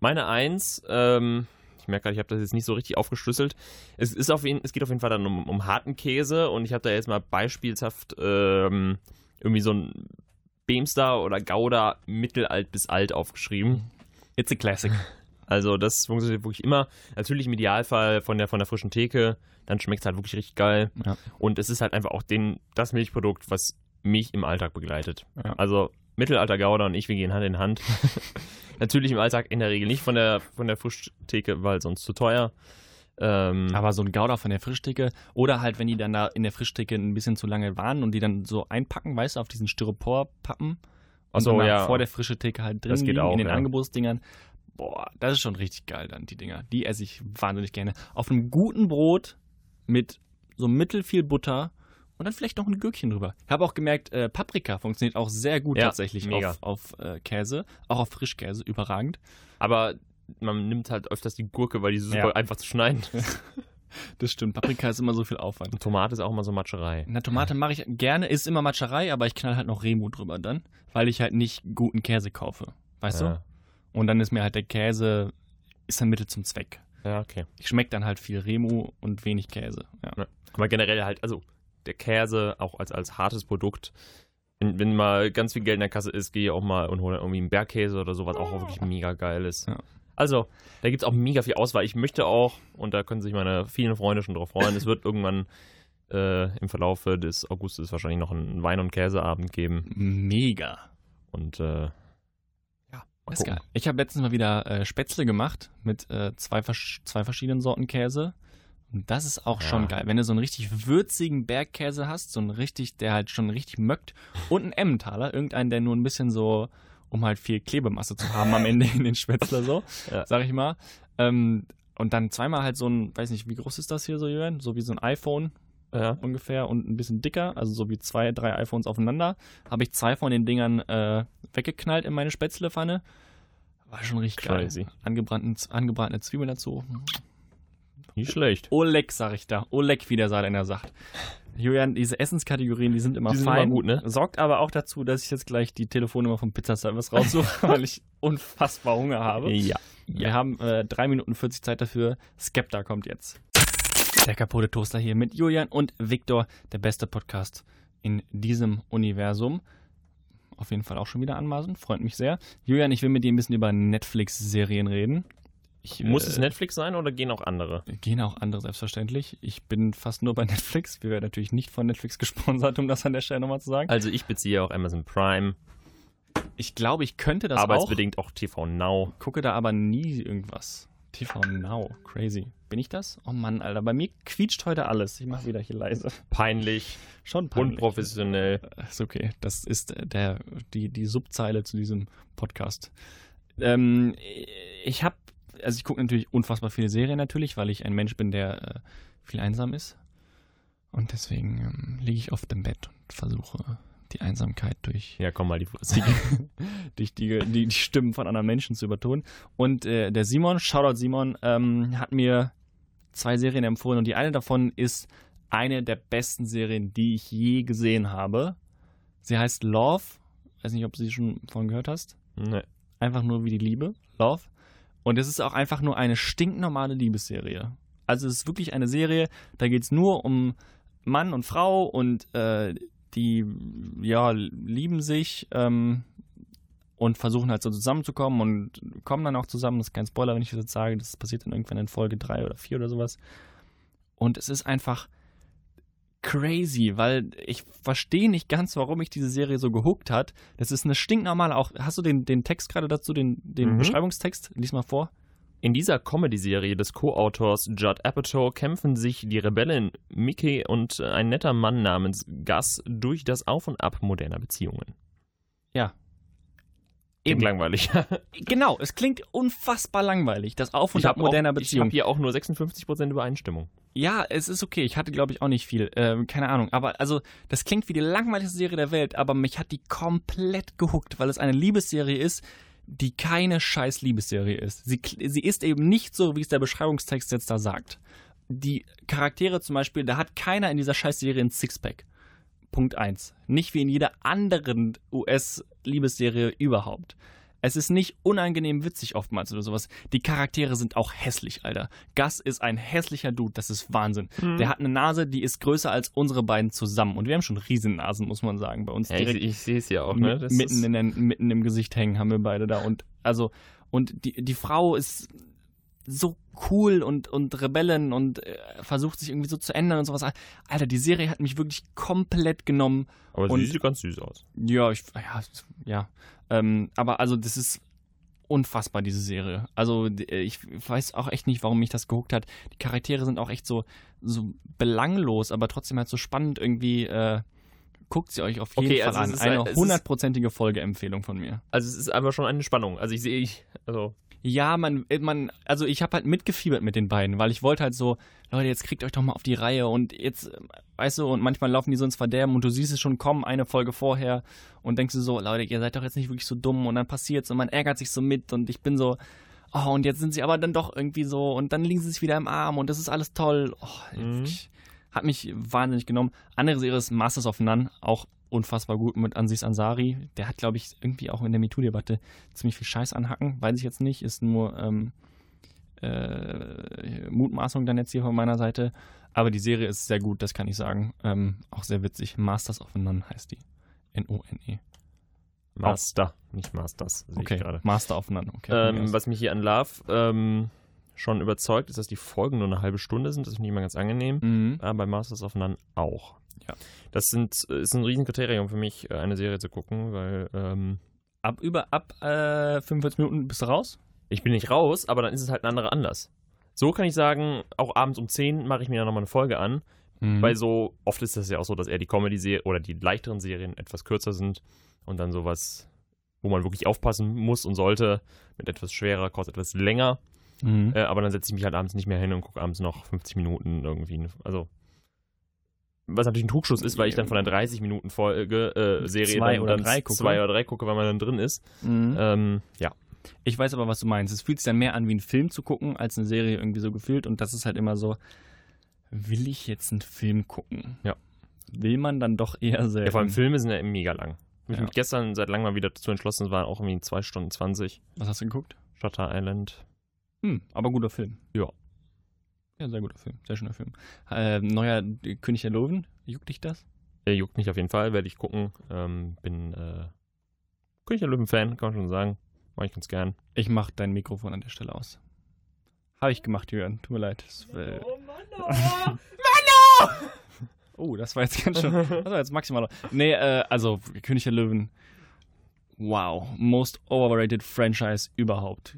Speaker 2: Meine Eins, ähm, ich Ich merke gerade, ich habe das jetzt nicht so richtig aufgeschlüsselt. Es, ist auf jeden, es geht auf jeden Fall dann um, um harten Käse und ich habe da jetzt mal beispielshaft ähm, irgendwie so ein Beemster oder Gouda mittelalt bis alt aufgeschrieben.
Speaker 1: It's a classic.
Speaker 2: Also das funktioniert wirklich immer. Natürlich im Idealfall von der, von der frischen Theke, dann schmeckt es halt wirklich richtig geil.
Speaker 1: Ja.
Speaker 2: Und es ist halt einfach auch den, das Milchprodukt, was mich im Alltag begleitet.
Speaker 1: Ja.
Speaker 2: Also Mittelalter Gouda und ich, wir gehen Hand in Hand. Natürlich im Alltag in der Regel nicht von der, von der Frischtheke, weil sonst zu teuer. Ähm,
Speaker 1: Aber so ein Gouda von der Frischtheke oder halt, wenn die dann da in der Frischtheke ein bisschen zu lange waren und die dann so einpacken, weißt du, auf diesen Styroporpappen und
Speaker 2: Ach so,
Speaker 1: dann
Speaker 2: ja.
Speaker 1: vor der frischen Theke halt drin
Speaker 2: Das geht
Speaker 1: liegen
Speaker 2: auch,
Speaker 1: in den
Speaker 2: ja.
Speaker 1: Angebotsdingern. Boah, das ist schon richtig geil dann, die Dinger. Die esse ich wahnsinnig gerne. Auf einem guten Brot mit so mittelfiel Butter und dann vielleicht noch ein Gürkchen drüber. Ich habe auch gemerkt, äh, Paprika funktioniert auch sehr gut
Speaker 2: Ja,
Speaker 1: tatsächlich
Speaker 2: mega.
Speaker 1: auf, auf äh, Käse, auch auf Frischkäse, überragend.
Speaker 2: aber man nimmt halt öfters die Gurke, weil die ist super
Speaker 1: Ja.
Speaker 2: einfach zu schneiden.
Speaker 1: Das stimmt, Paprika ist immer so viel Aufwand.
Speaker 2: Und Tomate ist auch immer so Matscherei.
Speaker 1: Na, Tomate mache ich gerne, ist immer Matscherei, aber ich knall halt noch Remo drüber dann, weil ich halt nicht guten Käse kaufe. Weißt
Speaker 2: ja.
Speaker 1: du? Und dann ist mir halt der Käse, ist ein Mittel zum Zweck.
Speaker 2: Ja, okay.
Speaker 1: Ich schmecke dann halt viel Remo und wenig Käse. Ja.
Speaker 2: Aber generell halt, also der Käse auch als, als hartes Produkt. Wenn, wenn mal ganz viel Geld in der Kasse ist, gehe ich auch mal und hole irgendwie einen Bergkäse oder sowas, auch wirklich mega geil ist.
Speaker 1: Ja.
Speaker 2: Also, da gibt es auch mega viel Auswahl. Ich möchte auch, und da können sich meine vielen Freunde schon drauf freuen, es wird irgendwann äh, im Verlaufe des Augustes wahrscheinlich noch einen Wein- und Käseabend geben.
Speaker 1: Mega.
Speaker 2: Und äh, ja, mal
Speaker 1: Ist
Speaker 2: gucken.
Speaker 1: geil. Ich habe letztens mal wieder äh, Spätzle gemacht mit äh, zwei, versch- zwei verschiedenen Sorten Käse. Und das ist auch
Speaker 2: Ja.
Speaker 1: schon geil. Wenn du so einen richtig würzigen Bergkäse hast, so einen richtig, der halt schon richtig möckt, und einen Emmentaler, irgendeinen, der nur ein bisschen so, um halt viel Klebemasse zu haben am Ende in den Spätzler so,
Speaker 2: Ja.
Speaker 1: sag ich mal. Ähm, und dann zweimal halt so ein, weiß nicht, wie groß ist das hier so, Jürgen? So wie so ein iPhone
Speaker 2: Ja.
Speaker 1: ungefähr und ein bisschen dicker, also so wie zwei, drei iPhones aufeinander, habe ich zwei von den Dingern äh, weggeknallt in meine Spätzlepfanne. War schon richtig
Speaker 2: Crazy.
Speaker 1: geil. Angebrannten, angebratene Zwiebeln dazu.
Speaker 2: Nicht schlecht.
Speaker 1: Oleg, sag ich da. Oleg, wie der Saarländer sagt. Julian, diese Essenskategorien, die sind immer
Speaker 2: Die sind
Speaker 1: fein.
Speaker 2: immer gut, ne?
Speaker 1: Sorgt aber auch dazu, dass ich jetzt gleich die Telefonnummer vom Pizzaservice raussuche, weil ich unfassbar Hunger habe.
Speaker 2: Ja.
Speaker 1: Wir haben äh, 3 Minuten 40 Zeit dafür. Skepta kommt jetzt. Der kaputte Toaster hier mit Julian und Viktor, der beste Podcast in diesem Universum. Auf jeden Fall auch schon wieder anmaßen, freut mich sehr. Julian, ich will mit dir ein bisschen über Netflix-Serien reden. Ich,
Speaker 2: Muss
Speaker 1: äh,
Speaker 2: es Netflix sein oder gehen auch andere?
Speaker 1: Gehen auch andere, selbstverständlich. Ich bin fast nur bei Netflix. Wir werden natürlich nicht von Netflix gesponsert, um das an der Stelle nochmal zu sagen.
Speaker 2: Also ich beziehe auch Amazon Prime,
Speaker 1: Ich glaube, ich könnte das auch.
Speaker 2: arbeitsbedingt auch TV Now.
Speaker 1: gucke da aber nie irgendwas. TV Now, crazy. Bin ich das? Oh Mann, Alter, bei mir quietscht heute alles. Ich mache wieder hier leise.
Speaker 2: peinlich, ne?
Speaker 1: Schon peinlich. Äh,
Speaker 2: unprofessionell.
Speaker 1: Ist okay, das ist äh, der, die, die Subzeile zu diesem Podcast. Ähm, ich habe, also ich gucke natürlich unfassbar viele Serien natürlich, weil ich ein Mensch bin, der äh, viel einsam ist. Und deswegen ähm, liege ich oft im Bett und versuche die Einsamkeit durch
Speaker 2: Ja, komm mal die Fresse.
Speaker 1: die, durch die, die, die Stimmen von anderen Menschen zu übertun. Und äh, der Simon, Shoutout Simon, ähm, hat mir zwei Serien empfohlen und die eine davon ist eine der besten Serien, die ich je gesehen habe. Sie heißt Love. Weiß nicht, ob du sie schon von gehört hast.
Speaker 2: Nee.
Speaker 1: Einfach nur wie die Liebe, Love. Und es ist auch einfach nur eine stinknormale Liebesserie. Also es ist wirklich eine Serie, da geht es nur um Mann und Frau und äh, die ja, lieben sich ähm, und versuchen halt so zusammenzukommen und kommen dann auch zusammen. Das ist kein Spoiler, wenn ich das jetzt sage. Das passiert dann irgendwann in Folge 3 oder 4 oder sowas. Und es ist einfach crazy, weil ich verstehe nicht ganz, warum mich diese Serie so gehuckt hat. Das ist eine stinknormale, auch hast du den, den Text gerade dazu, den, den
Speaker 2: Mhm.
Speaker 1: Beschreibungstext? Lies mal vor.
Speaker 2: In dieser Comedy-Serie des Co-Autors Judd Apatow kämpfen sich die Rebellin Mickey und ein netter Mann namens Gus durch das Auf und Ab moderner Beziehungen.
Speaker 1: Ja.
Speaker 2: Eben langweilig.
Speaker 1: Genau, es klingt unfassbar langweilig, das Auf und
Speaker 2: Ich
Speaker 1: Ab
Speaker 2: habe
Speaker 1: moderner
Speaker 2: Ich
Speaker 1: Beziehung.
Speaker 2: habe hier auch nur 56% Übereinstimmung.
Speaker 1: Ja, es ist okay. Ich hatte, glaube ich, auch nicht viel. Ähm, keine Ahnung. Aber also, das klingt wie die langweiligste Serie der Welt, aber mich hat die komplett gehuckt, weil es eine Liebesserie ist, die keine scheiß Liebesserie ist. Sie, kl- sie ist eben nicht so, wie es der Beschreibungstext jetzt da sagt. Die Charaktere zum Beispiel, da hat keiner in dieser scheiß Serie ein Sixpack. Punkt eins. Nicht wie in jeder anderen US-Liebesserie überhaupt. Es ist nicht unangenehm witzig oftmals oder sowas. Die Charaktere sind auch hässlich, Alter. Gus ist ein hässlicher Dude, das ist Wahnsinn. Der hat eine Nase, die ist größer als unsere beiden zusammen. Und wir haben schon Riesennasen, muss man sagen, bei uns
Speaker 2: Ja, ich
Speaker 1: direkt
Speaker 2: ich sehe es ja auch,
Speaker 1: mi-
Speaker 2: ne? Das
Speaker 1: mitten,
Speaker 2: ist-
Speaker 1: in der, mitten im Gesicht hängen haben wir beide da. Und also, und die, die Frau ist so cool und, und Rebellen und äh, versucht sich irgendwie so zu ändern und sowas. Alter, die Serie hat mich wirklich komplett genommen.
Speaker 2: aber
Speaker 1: und-
Speaker 2: sie sieht ganz süß aus.
Speaker 1: Ja, ich, ja, es- ja. Ähm, aber also, das ist unfassbar, diese Serie. Also, d- äh, ich weiß auch echt nicht, warum mich das gehuckt hat. Die Charaktere sind auch echt so, so belanglos, aber trotzdem halt so spannend irgendwie. Äh, guckt sie euch auf jeden
Speaker 2: Okay,
Speaker 1: Fall
Speaker 2: also es
Speaker 1: an.
Speaker 2: ist ein- es
Speaker 1: Eine
Speaker 2: ist-
Speaker 1: hundertprozentige Folgeempfehlung von mir.
Speaker 2: Also es ist einfach schon eine Spannung. Also ich sehe, ich, also
Speaker 1: Ja, man, man, also ich habe halt mitgefiebert mit den beiden, weil ich wollte halt so, Leute, jetzt kriegt euch doch mal auf die Reihe und jetzt, äh, weißt du, und manchmal laufen die so ins Verderben und du siehst es schon kommen, eine Folge vorher und denkst du so, Leute, ihr seid doch jetzt nicht wirklich so dumm und dann passiert's und man ärgert sich so mit und ich bin so, oh, und jetzt sind sie aber dann doch irgendwie so und dann liegen sie sich wieder im Arm und das ist alles toll. Oh,
Speaker 2: Mhm.
Speaker 1: ich, hat mich wahnsinnig genommen. Andere Serie ist Masters of None, auch unfassbar gut mit Ansis Ansari. Der hat, glaube ich, irgendwie auch in der MeToo-Debatte ziemlich viel Scheiß anhacken. Weiß ich jetzt nicht, ist nur ähm, äh, Mutmaßung dann jetzt hier von meiner Seite. Aber die Serie ist sehr gut, das kann ich sagen. Ähm, auch sehr witzig. Masters of None heißt die. N-O-N-E.
Speaker 2: Master, nicht Masters, sehe ich
Speaker 1: E. Okay,
Speaker 2: gerade.
Speaker 1: Master of None. Okay, von mir
Speaker 2: Ähm,
Speaker 1: aus.
Speaker 2: was mich hier an Love ähm, schon überzeugt, ist, dass die Folgen nur eine halbe Stunde sind. Das finde ich immer ganz angenehm.
Speaker 1: mhm.
Speaker 2: Aber bei Masters of None auch.
Speaker 1: Ja.
Speaker 2: Das sind, ist ein Riesenkriterium für mich, äh, eine Serie zu gucken, weil ähm,
Speaker 1: Ab über ab äh, 45 Minuten bist du raus.
Speaker 2: ich bin nicht raus, aber dann ist es halt ein anderer Anlass. So kann ich sagen, auch abends um 10 mache ich mir dann nochmal eine Folge an,
Speaker 1: Mhm.
Speaker 2: weil so oft ist das ja auch so, dass eher die Comedy-Serie oder die leichteren Serien etwas kürzer sind und dann sowas, wo man wirklich aufpassen muss und sollte, mit etwas schwerer, kostet etwas länger.
Speaker 1: Mhm.
Speaker 2: Äh, aber dann setze ich mich halt abends nicht mehr hin und gucke abends noch 50 Minuten irgendwie. eine- Also. Was natürlich ein Trugschluss ist, weil ich dann von einer 30-Minuten-Folge, äh, Serie
Speaker 1: Zwei
Speaker 2: dann,
Speaker 1: oder
Speaker 2: dann
Speaker 1: drei gucke.
Speaker 2: zwei oder drei gucke, weil man dann drin ist.
Speaker 1: Mhm.
Speaker 2: Ähm, ja.
Speaker 1: Ich weiß aber, was du meinst. Es fühlt sich dann mehr an, wie einen Film zu gucken, als eine Serie irgendwie so gefühlt. Und das ist halt immer so, will ich jetzt einen Film gucken?
Speaker 2: Ja.
Speaker 1: Will man dann doch eher selber.
Speaker 2: ja. Vor allem Filme sind ja mega lang. Ich habe
Speaker 1: Ja.
Speaker 2: mich gestern seit langem mal wieder dazu entschlossen, es waren auch irgendwie 2 Stunden 20.
Speaker 1: Was hast du geguckt?
Speaker 2: Shutter Island.
Speaker 1: Hm, aber guter Film.
Speaker 2: Ja.
Speaker 1: Ja, sehr guter Film. Sehr schöner Film. Äh, neuer König der Löwen. Juckt dich das?
Speaker 2: Äh, juckt mich auf jeden Fall, werde ich gucken. Ähm, bin äh, König der Löwen-Fan, kann man schon sagen. Mach ich ganz gern.
Speaker 1: Ich mach dein Mikrofon an der Stelle aus. Habe ich gemacht, Jürgen. Tut mir leid. Das, äh, oh, das war jetzt ganz schön. Das war jetzt maximal. Nee, äh, also König der Löwen. Wow. Most overrated Franchise überhaupt.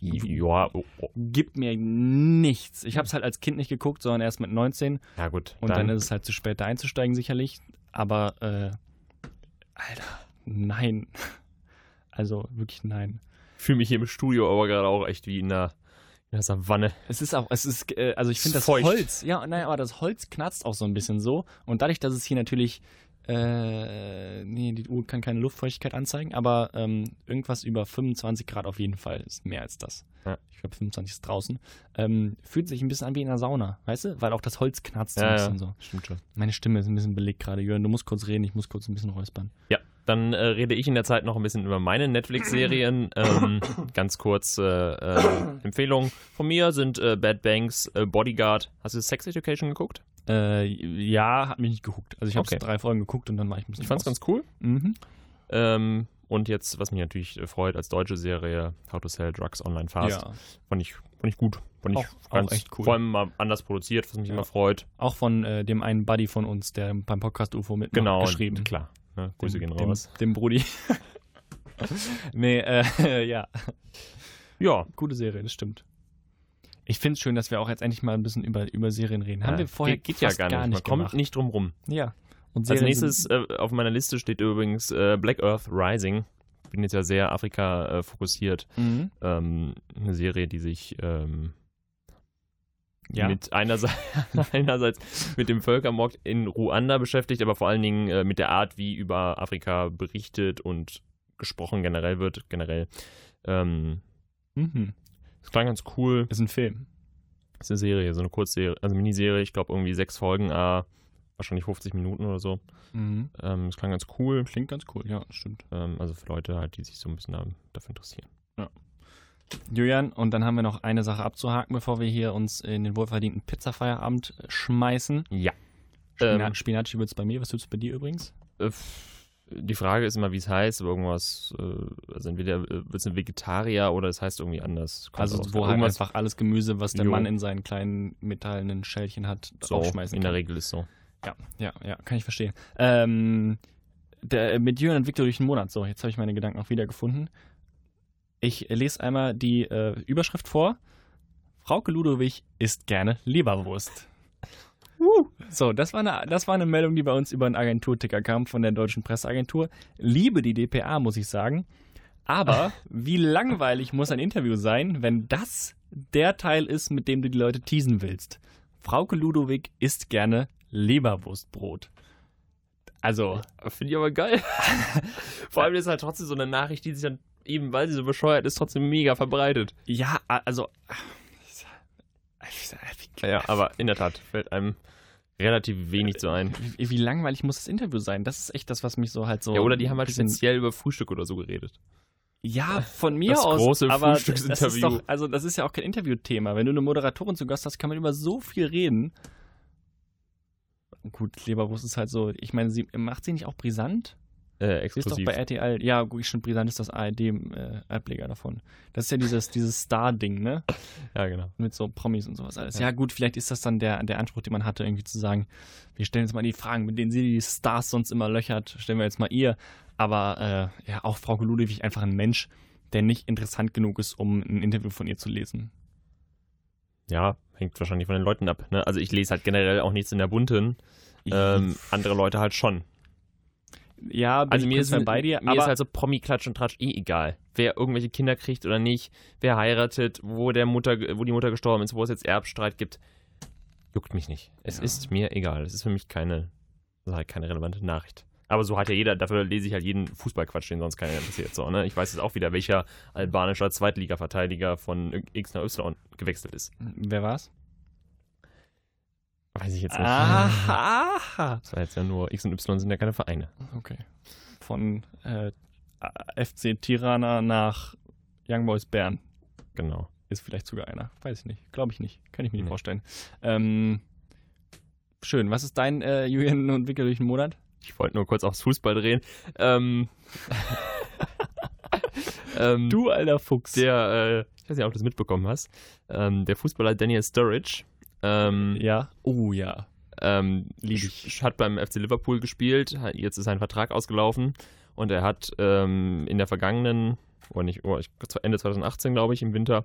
Speaker 2: ja, oh, oh.
Speaker 1: Gibt mir nichts. Ich habe es halt als Kind nicht geguckt, sondern erst mit 19.
Speaker 2: ja gut.
Speaker 1: Und dann, ist es halt zu spät, da einzusteigen, sicherlich. Aber, äh, Alter, nein. Also wirklich nein.
Speaker 2: fühle mich hier im Studio aber gerade auch echt wie in einer, in einer Savanne.
Speaker 1: Es ist auch, es ist, äh, also ich
Speaker 2: Es
Speaker 1: finde das
Speaker 2: feucht.
Speaker 1: Holz, ja, nein, aber das Holz knarzt auch so ein bisschen so. Und dadurch, dass es hier natürlich, äh, nee, die Uhr kann keine Luftfeuchtigkeit anzeigen, aber ähm, irgendwas über 25 Grad auf jeden Fall ist mehr als das.
Speaker 2: Ja.
Speaker 1: Ich glaube, 25 ist draußen. Ähm, fühlt sich ein bisschen an wie in einer Sauna, weißt du? Weil auch das Holz knarzt so ein
Speaker 2: Ja, ja.
Speaker 1: bisschen so.
Speaker 2: Stimmt schon.
Speaker 1: Meine Stimme ist ein bisschen belegt gerade, Jörn. Du musst kurz reden, ich muss kurz ein bisschen räuspern.
Speaker 2: Ja, dann äh, rede ich in der Zeit noch ein bisschen über meine Netflix-Serien. Ähm, ganz kurz äh, äh, Empfehlungen von mir sind äh, Bad Banks, äh, Bodyguard. Hast du Sex Education geguckt?
Speaker 1: Äh, ja, hat mich nicht gehuckt. Also ich habe
Speaker 2: Okay.
Speaker 1: drei Folgen geguckt und dann war ich ein bisschen
Speaker 2: Ich fand's
Speaker 1: raus.
Speaker 2: ganz cool.
Speaker 1: Mhm.
Speaker 2: Ähm, und jetzt, was mich natürlich äh, freut, als deutsche Serie, How to Sell Drugs Online Fast.
Speaker 1: Ja.
Speaker 2: Fand, ich, fand ich gut. Fand ich
Speaker 1: Auch- auch echt cool.
Speaker 2: Vor allem mal anders produziert, was mich
Speaker 1: Ja.
Speaker 2: immer freut.
Speaker 1: Auch von äh, dem einen Buddy von uns, der beim Podcast UFO mitmacht,
Speaker 2: Genau.
Speaker 1: geschrieben.
Speaker 2: Klar. Ne?
Speaker 1: Dem-
Speaker 2: Grüße gehen
Speaker 1: dem,
Speaker 2: raus.
Speaker 1: Dem Brudi. nee, äh, ja,
Speaker 2: Ja.
Speaker 1: gute Serie, das stimmt. Ich finde es schön, dass wir auch jetzt endlich mal ein bisschen über, über Serien reden. Haben
Speaker 2: Ja,
Speaker 1: wir vorher
Speaker 2: äh, geht, geht ja
Speaker 1: fast
Speaker 2: gar nicht. Man kommt
Speaker 1: gemacht.
Speaker 2: nicht drum rum.
Speaker 1: Ja. Und
Speaker 2: Als
Speaker 1: Serien
Speaker 2: nächstes
Speaker 1: sind-
Speaker 2: äh, auf meiner Liste steht übrigens äh, Black Earth Rising. Ich bin jetzt ja sehr Afrika äh, fokussiert.
Speaker 1: Mhm.
Speaker 2: Ähm, eine Serie, die sich ähm,
Speaker 1: Ja.
Speaker 2: mit einerseits, einerseits mit dem Völkermord in Ruanda beschäftigt, aber vor allen Dingen äh, mit der Art, wie über Afrika berichtet und gesprochen generell wird. Generell. Ähm,
Speaker 1: Mhm.
Speaker 2: das klang ganz cool.
Speaker 1: Ist ein Film.
Speaker 2: Das ist eine Serie, so eine Kurzserie, also Miniserie, ich glaube irgendwie sechs Folgen, ah, wahrscheinlich 50 Minuten oder so.
Speaker 1: Mhm.
Speaker 2: Ähm, das klang ganz cool.
Speaker 1: Klingt ganz cool, ja, stimmt.
Speaker 2: Ähm, also für Leute halt, die sich so ein bisschen da- dafür interessieren.
Speaker 1: Julian, und dann haben wir noch eine Sache abzuhaken, bevor wir hier uns in den wohlverdienten Pizzafeierabend schmeißen.
Speaker 2: Ja.
Speaker 1: Ähm.
Speaker 2: Ähm,
Speaker 1: Spinaci wird's bei mir, was wird's bei dir übrigens?
Speaker 2: äh, f- die Frage ist immer, wie es heißt, aber irgendwas, äh, also entweder wird es ein Vegetarier oder es heißt irgendwie anders. Kommt
Speaker 1: Also
Speaker 2: drauf
Speaker 1: wo
Speaker 2: an.
Speaker 1: halt
Speaker 2: irgendwas
Speaker 1: einfach alles Gemüse, was der
Speaker 2: Jo.
Speaker 1: Mann in seinen kleinen metallenen Schälchen hat,
Speaker 2: so
Speaker 1: aufschmeißen
Speaker 2: in der
Speaker 1: kann.
Speaker 2: Regel ist so.
Speaker 1: Ja, ja, ja, kann ich verstehen. Ähm, der, mit Jürgen und Victor durch den Monat. So, jetzt habe ich meine Gedanken auch wiedergefunden. Ich lese einmal die äh, Überschrift vor. Frauke Ludowig isst gerne Leberwurst. So, das war, eine, das war eine Meldung, die bei uns über einen Agenturticker kam von der deutschen Presseagentur. Liebe die DPA, muss ich sagen. Aber wie langweilig muss ein Interview sein, wenn das der Teil ist, mit dem du die Leute teasen willst? Frauke Ludowig isst gerne Leberwurstbrot. Also,
Speaker 2: Finde Äh, ich aber geil. Vor allem ist halt trotzdem so eine Nachricht, die sich dann eben, weil sie so bescheuert ist, trotzdem mega verbreitet.
Speaker 1: ja, a- also.
Speaker 2: Ja, aber in der Tat fällt einem relativ wenig zu ein.
Speaker 1: Wie, wie langweilig muss das Interview sein? Das ist echt das, was mich so halt so.
Speaker 2: Ja, oder die haben
Speaker 1: ein
Speaker 2: halt
Speaker 1: bisschen-
Speaker 2: speziell über Frühstück oder so geredet.
Speaker 1: Ja, von mir
Speaker 2: Das
Speaker 1: aus.
Speaker 2: große
Speaker 1: aber Das ist
Speaker 2: Frühstücksinterview.
Speaker 1: doch, also, das ist ja auch kein Interviewthema. Wenn du eine Moderatorin zu Gast hast, kann man über so viel reden. Gut, Leberwurst ist halt so. Ich meine, sie macht sie nicht auch brisant?
Speaker 2: Äh,
Speaker 1: Sie ist doch bei RTL. Ja, gut, stimmt, brisant ist das ARD-Ableger äh, davon. Das ist ja dieses, dieses Star-Ding, ne?
Speaker 2: Ja, genau.
Speaker 1: mit so Promis und sowas alles. Ja, gut, vielleicht ist das dann der, der Anspruch, den man hatte, irgendwie zu sagen, wir stellen jetzt mal die Fragen, mit denen sie die Stars sonst immer löchert, stellen wir jetzt mal ihr. Aber äh, ja, auch Frau Ludewig einfach ein Mensch, der nicht interessant genug ist, um ein Interview von ihr zu lesen.
Speaker 2: Ja, hängt wahrscheinlich von den Leuten ab. Ne? Also ich lese halt generell auch nichts in der bunten. Ähm, andere Leute halt schon.
Speaker 1: ja, bin
Speaker 2: Also
Speaker 1: ich
Speaker 2: mir ist,
Speaker 1: prinzipiell bei dir,
Speaker 2: mir
Speaker 1: aber
Speaker 2: ist halt so Promi, Klatsch und Tratsch eh egal. Wer irgendwelche Kinder kriegt oder nicht, wer heiratet, wo, der Mutter, wo die Mutter gestorben ist, wo es jetzt Erbstreit gibt, juckt mich nicht. Es
Speaker 1: Ja.
Speaker 2: ist mir egal. Es ist für mich keine, das ist halt keine relevante Nachricht. Aber so hat ja jeder, dafür lese ich halt jeden Fußballquatsch, den sonst keiner interessiert. So, ne? Ich weiß jetzt auch wieder, welcher albanischer Zweitliga-Verteidiger von X nach Y gewechselt ist.
Speaker 1: wer war's?
Speaker 2: Weiß ich jetzt nicht.
Speaker 1: Aha!
Speaker 2: Das war jetzt ja nur X und Y sind ja keine Vereine.
Speaker 1: Okay. Von äh, FC Tirana nach Young Boys Bern.
Speaker 2: Genau.
Speaker 1: Ist vielleicht sogar einer. Weiß ich nicht. Glaube ich nicht. Kann ich mir nicht
Speaker 2: Nee.
Speaker 1: vorstellen. Ähm, schön. Was ist dein äh, Julian und Wickel durch den Monat?
Speaker 2: Ich wollte nur kurz aufs Fußball drehen. Ähm, ähm,
Speaker 1: Du alter Fuchs.
Speaker 2: Der, äh, ich weiß nicht, ob du das mitbekommen hast, ähm, der Fußballer Daniel Sturridge ähm,
Speaker 1: ja. Oh ja.
Speaker 2: ähm,
Speaker 1: Lieb
Speaker 2: sch- hat beim FC Liverpool gespielt, hat- jetzt ist sein Vertrag ausgelaufen und er hat ähm, in der vergangenen, oder nicht, oh, ich, Ende 2018 glaube ich, im Winter,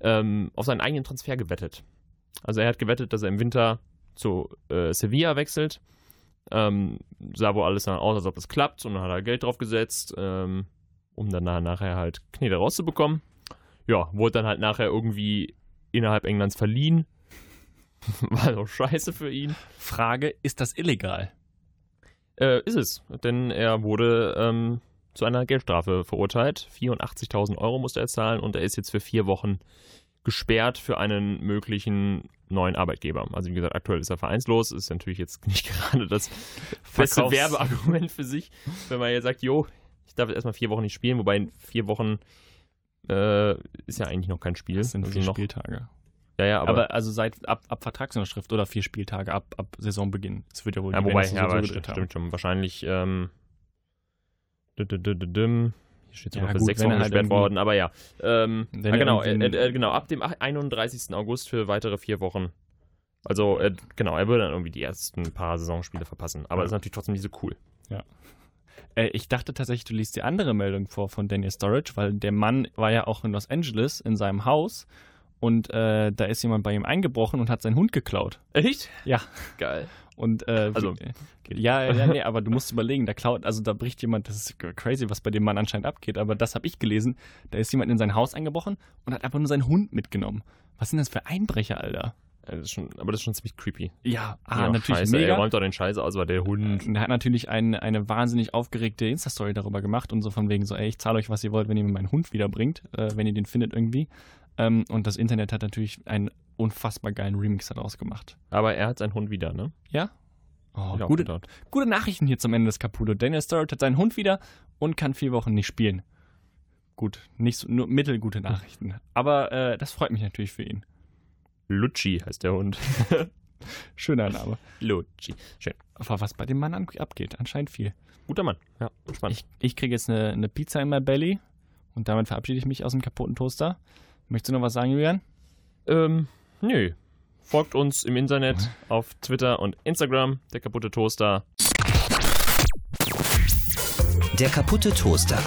Speaker 2: ähm, auf seinen eigenen Transfer gewettet. Also er hat gewettet, dass er im Winter zu äh, Sevilla wechselt. Ähm, sah wohl alles dann aus, als ob das klappt und dann hat er Geld drauf gesetzt, ähm, um dann nach- nachher halt Knete rauszubekommen. Ja, wurde dann halt nachher irgendwie innerhalb Englands verliehen. War doch scheiße für ihn.
Speaker 1: Frage, ist das illegal?
Speaker 2: Äh, ist es, denn er wurde ähm, zu einer Geldstrafe verurteilt. 84.000 Euro musste er zahlen und er ist jetzt für vier Wochen gesperrt für einen möglichen neuen Arbeitgeber. Also wie gesagt, aktuell ist er vereinslos, ist natürlich jetzt nicht gerade das beste
Speaker 1: Verkaufs-
Speaker 2: Werbeargument für sich, wenn man jetzt sagt, jo, ich darf jetzt erstmal vier Wochen nicht spielen, wobei in vier Wochen äh, ist ja eigentlich noch kein Spiel.
Speaker 1: Das sind
Speaker 2: Also
Speaker 1: vier
Speaker 2: noch,
Speaker 1: Spieltage.
Speaker 2: ja, ja,
Speaker 1: Aber,
Speaker 2: aber,
Speaker 1: also seit ab, ab Vertragsunterschrift oder vier Spieltage ab, ab Saisonbeginn. Das wird ja wohl
Speaker 2: ja,
Speaker 1: die
Speaker 2: wobei,
Speaker 1: Benz
Speaker 2: ja,
Speaker 1: sowieso
Speaker 2: aber
Speaker 1: gedreht
Speaker 2: stimmt,
Speaker 1: haben.
Speaker 2: stimmt schon. Wahrscheinlich, ähm, dü- dü- dü- dü- düm. hier steht
Speaker 1: Ja,
Speaker 2: sogar für
Speaker 1: gut,
Speaker 2: sechs
Speaker 1: wenn
Speaker 2: Wochen
Speaker 1: er halt
Speaker 2: gesperrt
Speaker 1: irgendwie-
Speaker 2: worden, aber ja. Ähm,
Speaker 1: Wenn
Speaker 2: ja
Speaker 1: er
Speaker 2: genau, äh,
Speaker 1: irgendwie-
Speaker 2: äh, genau, ab dem ach- 31. August für weitere vier Wochen. Also, äh, genau, er würde dann irgendwie die ersten paar Saisonspiele verpassen. Aber
Speaker 1: Ja.
Speaker 2: das ist natürlich trotzdem nicht so cool.
Speaker 1: Äh, ich dachte tatsächlich, du liest die andere Meldung vor von Daniel Sturridge, weil der Mann war ja auch in Los Angeles in seinem Haus und äh, da ist jemand bei ihm eingebrochen und hat seinen Hund geklaut.
Speaker 2: Echt?
Speaker 1: Ja.
Speaker 2: Geil.
Speaker 1: Und äh,
Speaker 2: Also,
Speaker 1: wie- ja, ja, nee, aber du musst überlegen, da klaut, also da bricht jemand, das ist crazy, was bei dem Mann anscheinend abgeht, aber das habe ich gelesen, da ist jemand in sein Haus eingebrochen und hat einfach nur seinen Hund mitgenommen. Was sind das für Einbrecher, Alter?
Speaker 2: Ja, Äh, Das ist schon, aber das ist schon ziemlich creepy.
Speaker 1: Ja, ah,
Speaker 2: Ja,
Speaker 1: natürlich
Speaker 2: scheiße,
Speaker 1: mega.
Speaker 2: Er räumt doch den Scheiß aus, weil der Hund.
Speaker 1: Und er hat natürlich ein, eine wahnsinnig aufgeregte Insta-Story darüber gemacht und so von wegen so, ey, ich zahle euch, was ihr wollt, wenn ihr mir meinen Hund wiederbringt, äh, wenn ihr den findet irgendwie. Ähm, und das Internet hat natürlich einen unfassbar geilen Remix daraus gemacht.
Speaker 2: Aber er hat seinen Hund wieder, ne?
Speaker 1: Ja? Oh,
Speaker 2: Ich auch
Speaker 1: gute,
Speaker 2: gedacht.
Speaker 1: gute Nachrichten hier zum Ende des Caputo. Daniel Sturridge hat seinen Hund wieder und kann vier Wochen nicht spielen. Gut, nicht so, nur mittelgute Nachrichten. Aber äh, das freut mich natürlich für ihn.
Speaker 2: Lucci heißt der Hund.
Speaker 1: Schöner Name.
Speaker 2: Lucci. Schön.
Speaker 1: Aber was bei dem Mann an, abgeht, anscheinend viel.
Speaker 2: Guter Mann. Ja, spannend.
Speaker 1: Ich, ich kriege jetzt eine, eine Pizza in my Belly und damit verabschiede ich mich aus dem kaputten Toaster. Möchtest du noch was sagen, Julian?
Speaker 2: Ähm, nö. Folgt uns im Internet auf Twitter und Instagram, der kaputte Toaster.
Speaker 3: Der kaputte Toaster.